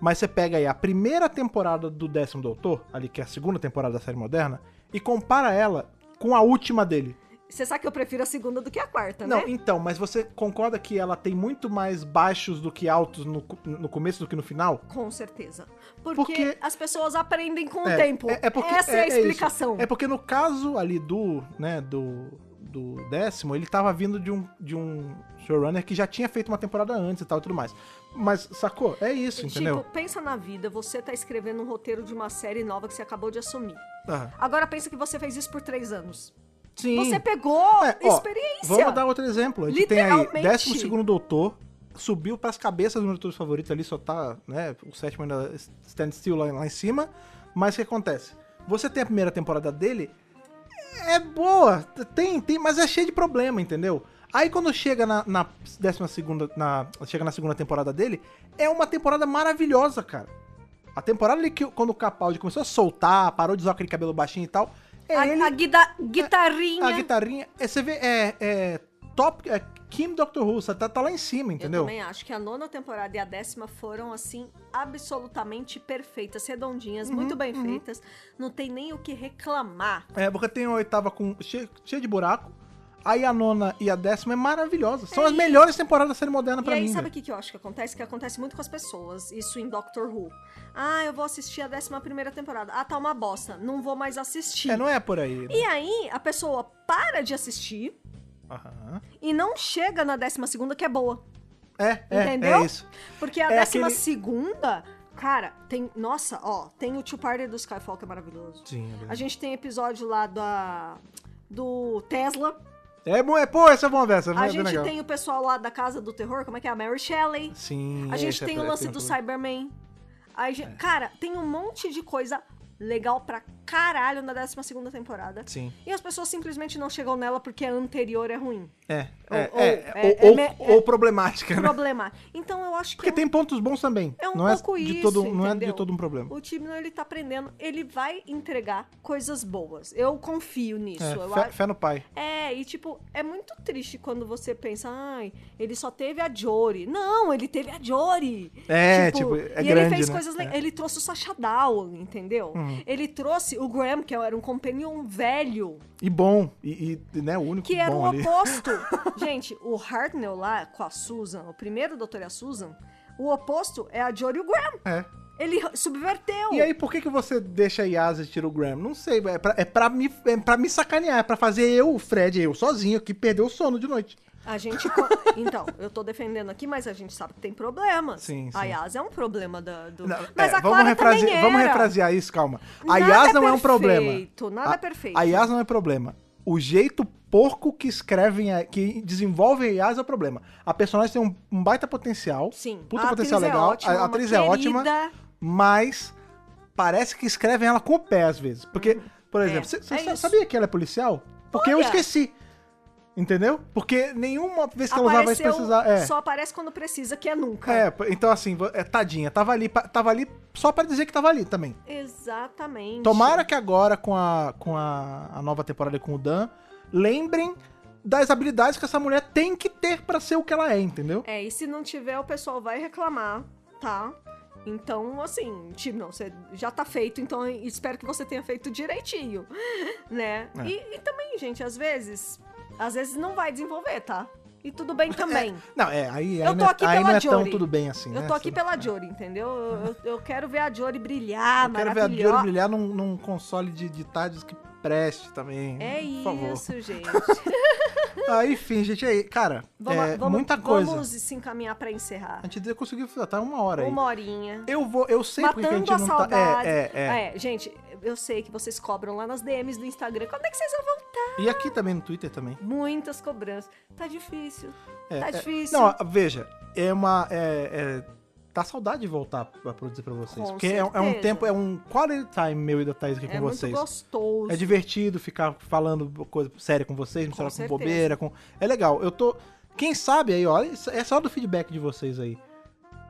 A: Mas você pega aí a primeira temporada do Décimo Doutor, ali que é a segunda temporada da série moderna, e compara ela com a última dele.
B: Você sabe que eu prefiro a segunda do que a quarta,
A: Não,
B: né?
A: então, mas você concorda que ela tem muito mais baixos do que altos no, co- no começo do que no final?
B: Com certeza. Porque,
A: Porque-
B: as pessoas aprendem com o tempo.
A: É, é porque,
B: Essa é, a
A: isso.
B: explicação.
A: É porque no caso ali do, né, do, do décimo, ele tava vindo de um, de um showrunner que já tinha feito uma temporada antes e tal e tudo mais. Mas, sacou? É isso, entendeu?
B: Tipo, pensa na vida, você tá escrevendo um roteiro de uma série nova que você acabou de assumir.
A: Ah,
B: Agora pensa que você fez isso por três anos.
A: sim.
B: Você pegou
A: É, ó,
B: experiência.
A: Vamos dar outro exemplo. A gente tem aí
B: Literalmente.
A: 12 segundo doutor, subiu pras cabeças dos meus doutores favoritos ali, só tá, né, o sétimo ainda stand still lá, lá em cima. Mas o que acontece? Você tem a primeira temporada dele, é boa, tem, tem, mas é cheio de problema, entendeu? Aí quando chega na, na décima segunda, na, chega na segunda temporada dele, é uma temporada maravilhosa, cara. A temporada ali que quando o Capaldi começou a soltar, parou de usar aquele cabelo baixinho e tal, é
B: a,
A: ele
B: a guida- guitarrinha.
A: a guitarrinha, é, você vê, é, é top, é Kim Dr. Who, você tá, tá lá em cima,
B: Eu
A: entendeu?
B: também acho que a nona temporada e a décima foram, assim, absolutamente perfeitas,
A: Uhum,
B: redondinhas, muito bem feitas. Não tem nem o que reclamar.
A: É, porque tem a oitava com cheia cheia de buraco, aí a nona e a décima é maravilhosa. São as melhores temporadas da série moderna
B: E
A: pra
B: aí,
A: mim.
B: sabe o
A: velho.
B: que, que eu acho que acontece? Que acontece muito com as pessoas, isso em Doctor Who. Ah, eu vou assistir a décima primeira temporada. Ah, tá uma bosta. Não vou mais assistir.
A: É, não é por aí. né?
B: E aí, a pessoa para de assistir
A: Aham.
B: e não chega na décima segunda, que é boa.
A: É, é,
B: Entendeu?
A: é isso.
B: Porque a
A: É
B: décima
A: aquele-
B: segunda, cara, tem. Nossa, ó, tem o Two Party do Skyfall que é maravilhoso.
A: Sim,
B: A gente tem episódio lá da. Do Tesla.
A: é, bom, é, pô, essa é uma conversa,
B: A
A: é bem
B: gente
A: legal.
B: tem o pessoal lá da Casa do Terror, como é que é? A Mary Shelley.
A: Sim,
B: A gente
A: esse é-
B: tem o
A: é-
B: lance
A: um
B: do
A: problema. É.
B: Cyberman. A gente- Cara, tem um monte de coisa legal pra caralho na 12 segunda temporada.
A: Sim.
B: E as pessoas simplesmente não chegam nela porque a anterior é
A: <laughs>
B: ruim.
A: É.
B: Ou-
A: é,
B: ou-
A: é,
B: é-
A: ou,
B: é
A: ou-
B: me-
A: ou problemática,
B: <laughs>
A: né?
B: Problema. Então eu acho que
A: Porque
B: é um-
A: tem pontos bons também.
B: É um
A: não é
B: pouco
A: de
B: isso,
A: todo, Não é de
B: entendeu?
A: todo um problema.
B: o Tibno ele tá aprendendo, ele vai entregar coisas boas. Eu confio nisso.
A: É,
B: eu
A: fé,
B: acho.
A: fé no pai.
B: É, e tipo, é muito triste quando você pensa, ai, ele só teve a Jory. Não, ele teve a Jory.
A: É, tipo, é
B: e ele
A: grande,
B: fez
A: né?
B: coisas le-
A: É. Hum.
B: Ele trouxe o Sacha Down, entendeu? Ele trouxe o Graham, que era um companion velho,
A: E bom. E, e né, o único
B: que era um
A: bom
B: o
A: ali.
B: oposto. Gente, o Hartnell lá com a Susan, o primeiro doutor e a Susan, o oposto é a Jory e o Graham.
A: <laughs> É.
B: Ele subverteu.
A: E aí, por que, que você deixa a Yasa e tira o Graham? Não sei, é pra, é, pra me, é pra me sacanear, é pra fazer eu, o Fred, eu sozinho, que perdeu o sono de noite.
B: A
A: <laughs>
B: gente. co- então, eu tô defendendo aqui, mas a gente sabe que tem problemas.
A: Sim,
B: A
A: sim.
B: Yasa é um problema da, do.
A: Não,
B: mas
A: é,
B: a Clara
A: refrasear,
B: também era.
A: vamos refrasear isso, calma. A
B: Nada
A: Yas
B: é
A: não é um problema.
B: perfeito, nada
A: a,
B: é perfeito.
A: A Yas não é problema. O jeito porco que escrevem, a- que desenvolvem a Yas é o problema. A personagem tem um, um baita potencial.
B: Sim.
A: Puta
B: a
A: potencial
B: atriz é
A: legal.
B: ótima,
A: a
B: uma
A: atriz é
B: querida.
A: ótima. Mas parece que escrevem ela com o pé às vezes. Porque, por exemplo, você
B: Uhum. é
A: você
B: isso.
A: sabia que ela é policial? Porque eu
B: Olha!
A: esqueci. Entendeu? Porque nenhuma vez que ela usava isso
B: Apareceu,
A: precisar. É.
B: Só aparece quando precisa, que é nunca.
A: É, então assim, vo- é, tadinha, tava ali, pa- tava ali só pra dizer que tava ali também.
B: Exatamente.
A: Tomara que agora, com a, com a, a nova temporada e com o Dan, lembrem das habilidades que essa mulher tem que ter pra ser o que ela é, entendeu?
B: É, e se não tiver, o pessoal vai reclamar, tá? Então, assim, tipo, não, você já tá feito, então eu espero que você tenha feito direitinho, <laughs> né?
A: É.
B: E, e também, gente, às vezes, às vezes não vai desenvolver, tá? E
A: <laughs>
B: tudo bem também.
A: Não, é, aí, aí
B: Eu tô
A: não é-
B: aqui
A: aí
B: pela
A: não é tão
B: Jory.
A: tudo bem assim, né?
B: eu tô aqui
A: Você-
B: pela Jory, entendeu? Eu,
A: <laughs>
B: eu- eu quero ver a Jory brilhar,
A: Eu quero ver a
B: maravilhosa.
A: Jory brilhar num, num console de, de tardes que preste também.
B: É
A: por favor. <laughs> É,
B: isso, gente.
A: Ah, enfim, gente, aí, cara,
B: Vamos,
A: é,
B: vamos-
A: muita coisa.
B: Vamos se encaminhar pra encerrar.
A: A gente conseguiu, tá uma hora aí.
B: Uma horinha.
A: Eu vou, eu sei porque a
B: matando
A: gente
B: a,
A: não tá.
B: saudade.
A: É, é, é.
B: Ah, Gente, eu sei que vocês cobram lá nas DMs do Instagram. Quando é que vocês vão voltar?
A: E aqui também no Twitter também.
B: Muitas cobranças. Tá difícil.
A: É,
B: tá
A: é-
B: difícil.
A: Não, veja, é uma. É, é- dá saudade de voltar pra produzir pra vocês.
B: Com
A: porque é, é um
B: certeza.
A: tempo, é um quality time meu e da Thaís aqui com
B: é muito
A: vocês.
B: gostoso.
A: É divertido ficar falando coisa séria com vocês, misturar com
B: certeza.
A: bobeira, com. É legal. Eu tô. Quem sabe aí, olha, isso- é só do feedback de vocês aí.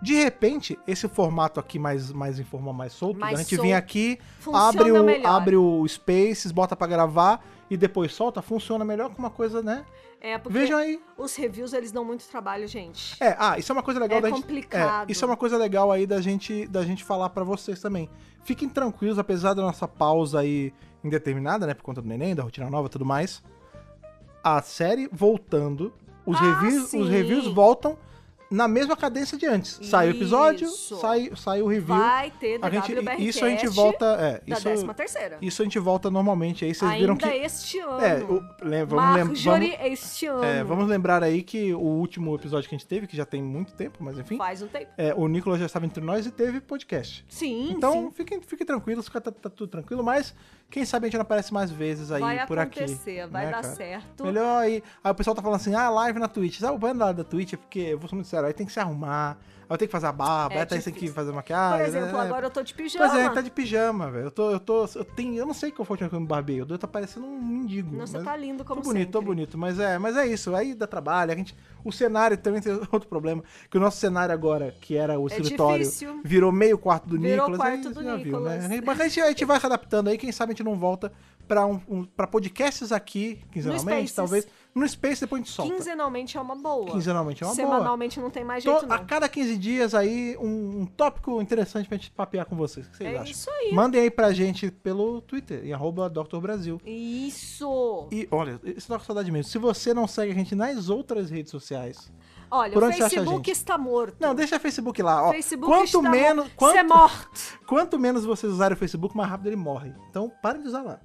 A: De repente, esse formato aqui mais, mais informal, mais solto,
B: Mais
A: a gente
B: solto.
A: vem aqui,
B: Funciona
A: abre o,
B: melhor.
A: abre o Spaces, bota pra gravar e depois solta, funciona melhor com uma coisa, né?
B: É, porque
A: Vejam aí.
B: os reviews, eles dão muito trabalho, gente.
A: É, ah, isso é uma coisa legal
B: É
A: da gente.
B: complicado.
A: É, isso é uma coisa legal aí da gente, da gente falar pra vocês também. Fiquem tranquilos, apesar da nossa pausa aí indeterminada, né, por conta do neném, da rotina nova, e tudo mais. A série voltando, os
B: Ah,
A: reviews,
B: sim.
A: os reviews voltam na mesma cadência de antes. Sai o episódio,
B: Isso.
A: sai, sai o review.
B: Vai ter
A: a gente,
B: DWBRcast
A: isso a gente volta, é,
B: da
A: isso,
B: 13 terceira.
A: isso a gente volta normalmente aí. Vocês viram que
B: Ainda este ano.
A: é, o- lem- vamos, lem-
B: Marjorie,
A: vamos,
B: este ano.
A: é, vamos lembrar aí que o último episódio que a gente teve, que já tem muito tempo, mas enfim,
B: Faz um tempo.
A: é, o Nicolas já estava entre nós e teve podcast.
B: Sim,
A: Então,
B: sim.
A: fiquem, fiquem tranquilos, fica, tá, tá tudo tranquilo, mas quem sabe a gente não aparece mais vezes tá aí
B: Vai
A: por aqui.
B: acontecer, vai
A: né,
B: dar
A: cara?
B: certo.
A: Melhor aí. Aí o pessoal tá falando assim, ah, live na Twitch. Sabe o problema da- da Twitch? É porque, eu vou ser muito sério, aí tem que se arrumar, aí eu tenho que fazer a barba,
B: É
A: aí tem que
B: difícil.
A: fazer
B: Por
A: maquiagem.
B: exemplo,
A: né?
B: agora eu tô de pijama.
A: Pois é, tá de pijama, velho. Eu tô, eu tô, eu tenho, eu não sei qual foi o último que eu me barbei, eu tô parecendo um mendigo.
B: Não, você
A: mas-
B: tá lindo como
A: tô bonito,
B: sempre.
A: tô bonito, mas é, mas é isso. Aí dá trabalho, a gente. O cenário também tem <laughs> outro problema. Que o nosso cenário agora, que era o escritório,
B: É difícil.
A: virou meio quarto do
B: Virou
A: Nicolas.
B: quarto
A: aí
B: do
A: você já viu, né?
B: Nicolas.
A: Aí- Mas a gente, a gente vai se adaptando aí, quem sabe a gente não volta pra, um, um- pra podcasts aqui, quinzenalmente,
B: Spaces.
A: talvez. No Space depois a gente solta.
B: Quinzenalmente é uma boa.
A: Quinzenalmente é uma boa.
B: Semanalmente não tem mais
A: Tô-
B: jeito,
A: a
B: não.
A: cada 15 dias aí, um, um tópico interessante pra gente papear com vocês. O que vocês
B: É
A: acham?
B: isso aí.
A: Mandem aí pra gente pelo Twitter, em arroba Dr. Brasil.
B: Isso!
A: E olha, isso dá com saudade mesmo. Se você não segue a gente nas outras redes sociais.
B: Olha,
A: Por
B: o
A: onde você acha a
B: Facebook
A: gente?
B: está morto.
A: Não, deixa o Facebook lá, ó.
B: o Facebook
A: quanto
B: está
A: menos,
B: morto. Você é
A: quanto, <laughs>
B: morto.
A: quanto menos vocês usarem o Facebook, mais rápido ele morre. Então, parem de usar lá.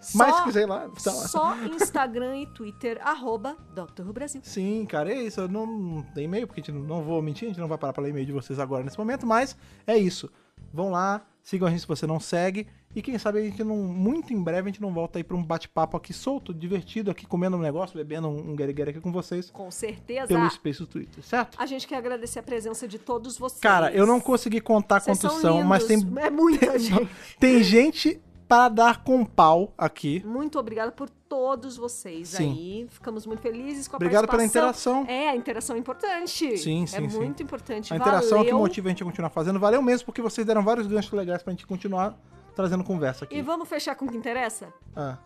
B: Só,
A: Mas se quiser ir lá, tá lá.
B: só Instagram e Twitter, arroba Dr. Brasil.
A: Sim, cara, é isso. Eu não, não tem e-mail, porque a gente não, não vou mentir, a gente não vai parar pra ler e-mail de vocês agora nesse momento, mas é isso. Vão lá, sigam a gente se você não segue. E quem sabe a gente não. Muito em breve a gente não volta aí pra um bate-papo aqui solto, divertido, aqui comendo um negócio, bebendo um guerreiro aqui com vocês
B: Com certeza.
A: pelo Space do Twitter, certo?
B: A gente quer agradecer a presença de todos vocês.
A: Cara, eu não consegui contar
B: Vocês
A: quantos <laughs>
B: são
A: são, mas tem,
B: <laughs> lindos. É muita gente.
A: tem gente para dar com pau aqui.
B: Muito obrigada por todos vocês
A: Sim.
B: aí. Ficamos muito felizes com a
A: Obrigado pela
B: participação.
A: interação.
B: É, a interação é importante.
A: Sim, sim,
B: É
A: sim.
B: muito importante.
A: A interação é o que
B: Valeu.
A: motiva a gente a continuar fazendo. Valeu mesmo, porque vocês deram vários ganchos legais pra gente continuar trazendo conversa aqui.
B: E vamos fechar com o que interessa?
A: Ah.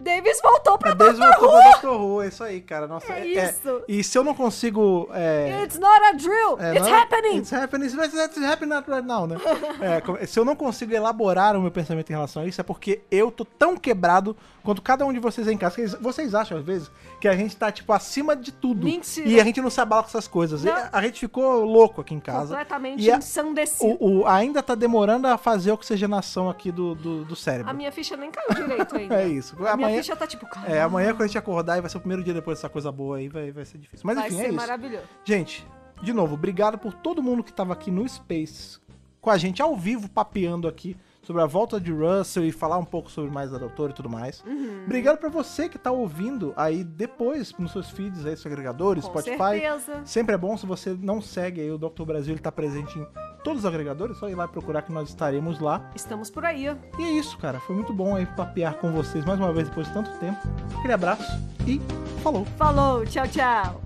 B: Davis voltou pra...
A: A Daisy voltou pra Dr. Who, é isso aí, cara. Nossa,
B: É
A: é, é-
B: isso.
A: E se eu não consigo. É,
B: It's not a drill.
A: é,
B: It's
A: não-
B: happening.
A: It's happening. It's, it's happening right now,
B: <laughs>
A: né? É, com- se eu não consigo elaborar o meu pensamento em relação a isso, é porque eu tô tão quebrado quanto cada um de vocês aí em casa. Que eles- vocês acham, às vezes, que a gente tá, tipo, acima de tudo.
B: Mentira.
A: E a gente não se abala com essas coisas. E
B: Não.
A: a gente ficou louco aqui em casa.
B: Completamente
A: E a-
B: ensandecido.
A: O, o- ainda tá demorando a fazer a oxigenação aqui do, do, do cérebro.
B: A minha ficha nem caiu
A: <laughs>
B: direito ainda.
A: É isso.
B: A minha
A: Amanhã,
B: ficha tá tipo, cara,
A: é, amanhã quando a gente acordar e vai ser o primeiro dia depois dessa coisa boa aí, vai, vai ser difícil. Mas
B: vai
A: enfim,
B: ser
A: é isso.
B: maravilhoso.
A: Gente, de novo, obrigado por todo mundo que tava aqui no Space com a gente ao vivo, papeando aqui sobre a volta de Russell e falar um pouco sobre mais a doutora e tudo mais.
B: Uhum.
A: Obrigado pra você que tá ouvindo aí depois nos seus feeds aí, seus agregadores,
B: Com
A: Spotify.
B: certeza.
A: Sempre é bom se você não segue aí o Dr. Brasil, ele tá presente em todos os agregadores, só ir lá procurar que nós estaremos lá.
B: Estamos por aí.
A: E é isso, cara. Foi muito bom aí papear com vocês mais uma vez depois de tanto tempo. Aquele abraço e falou!
B: Falou, tchau, tchau.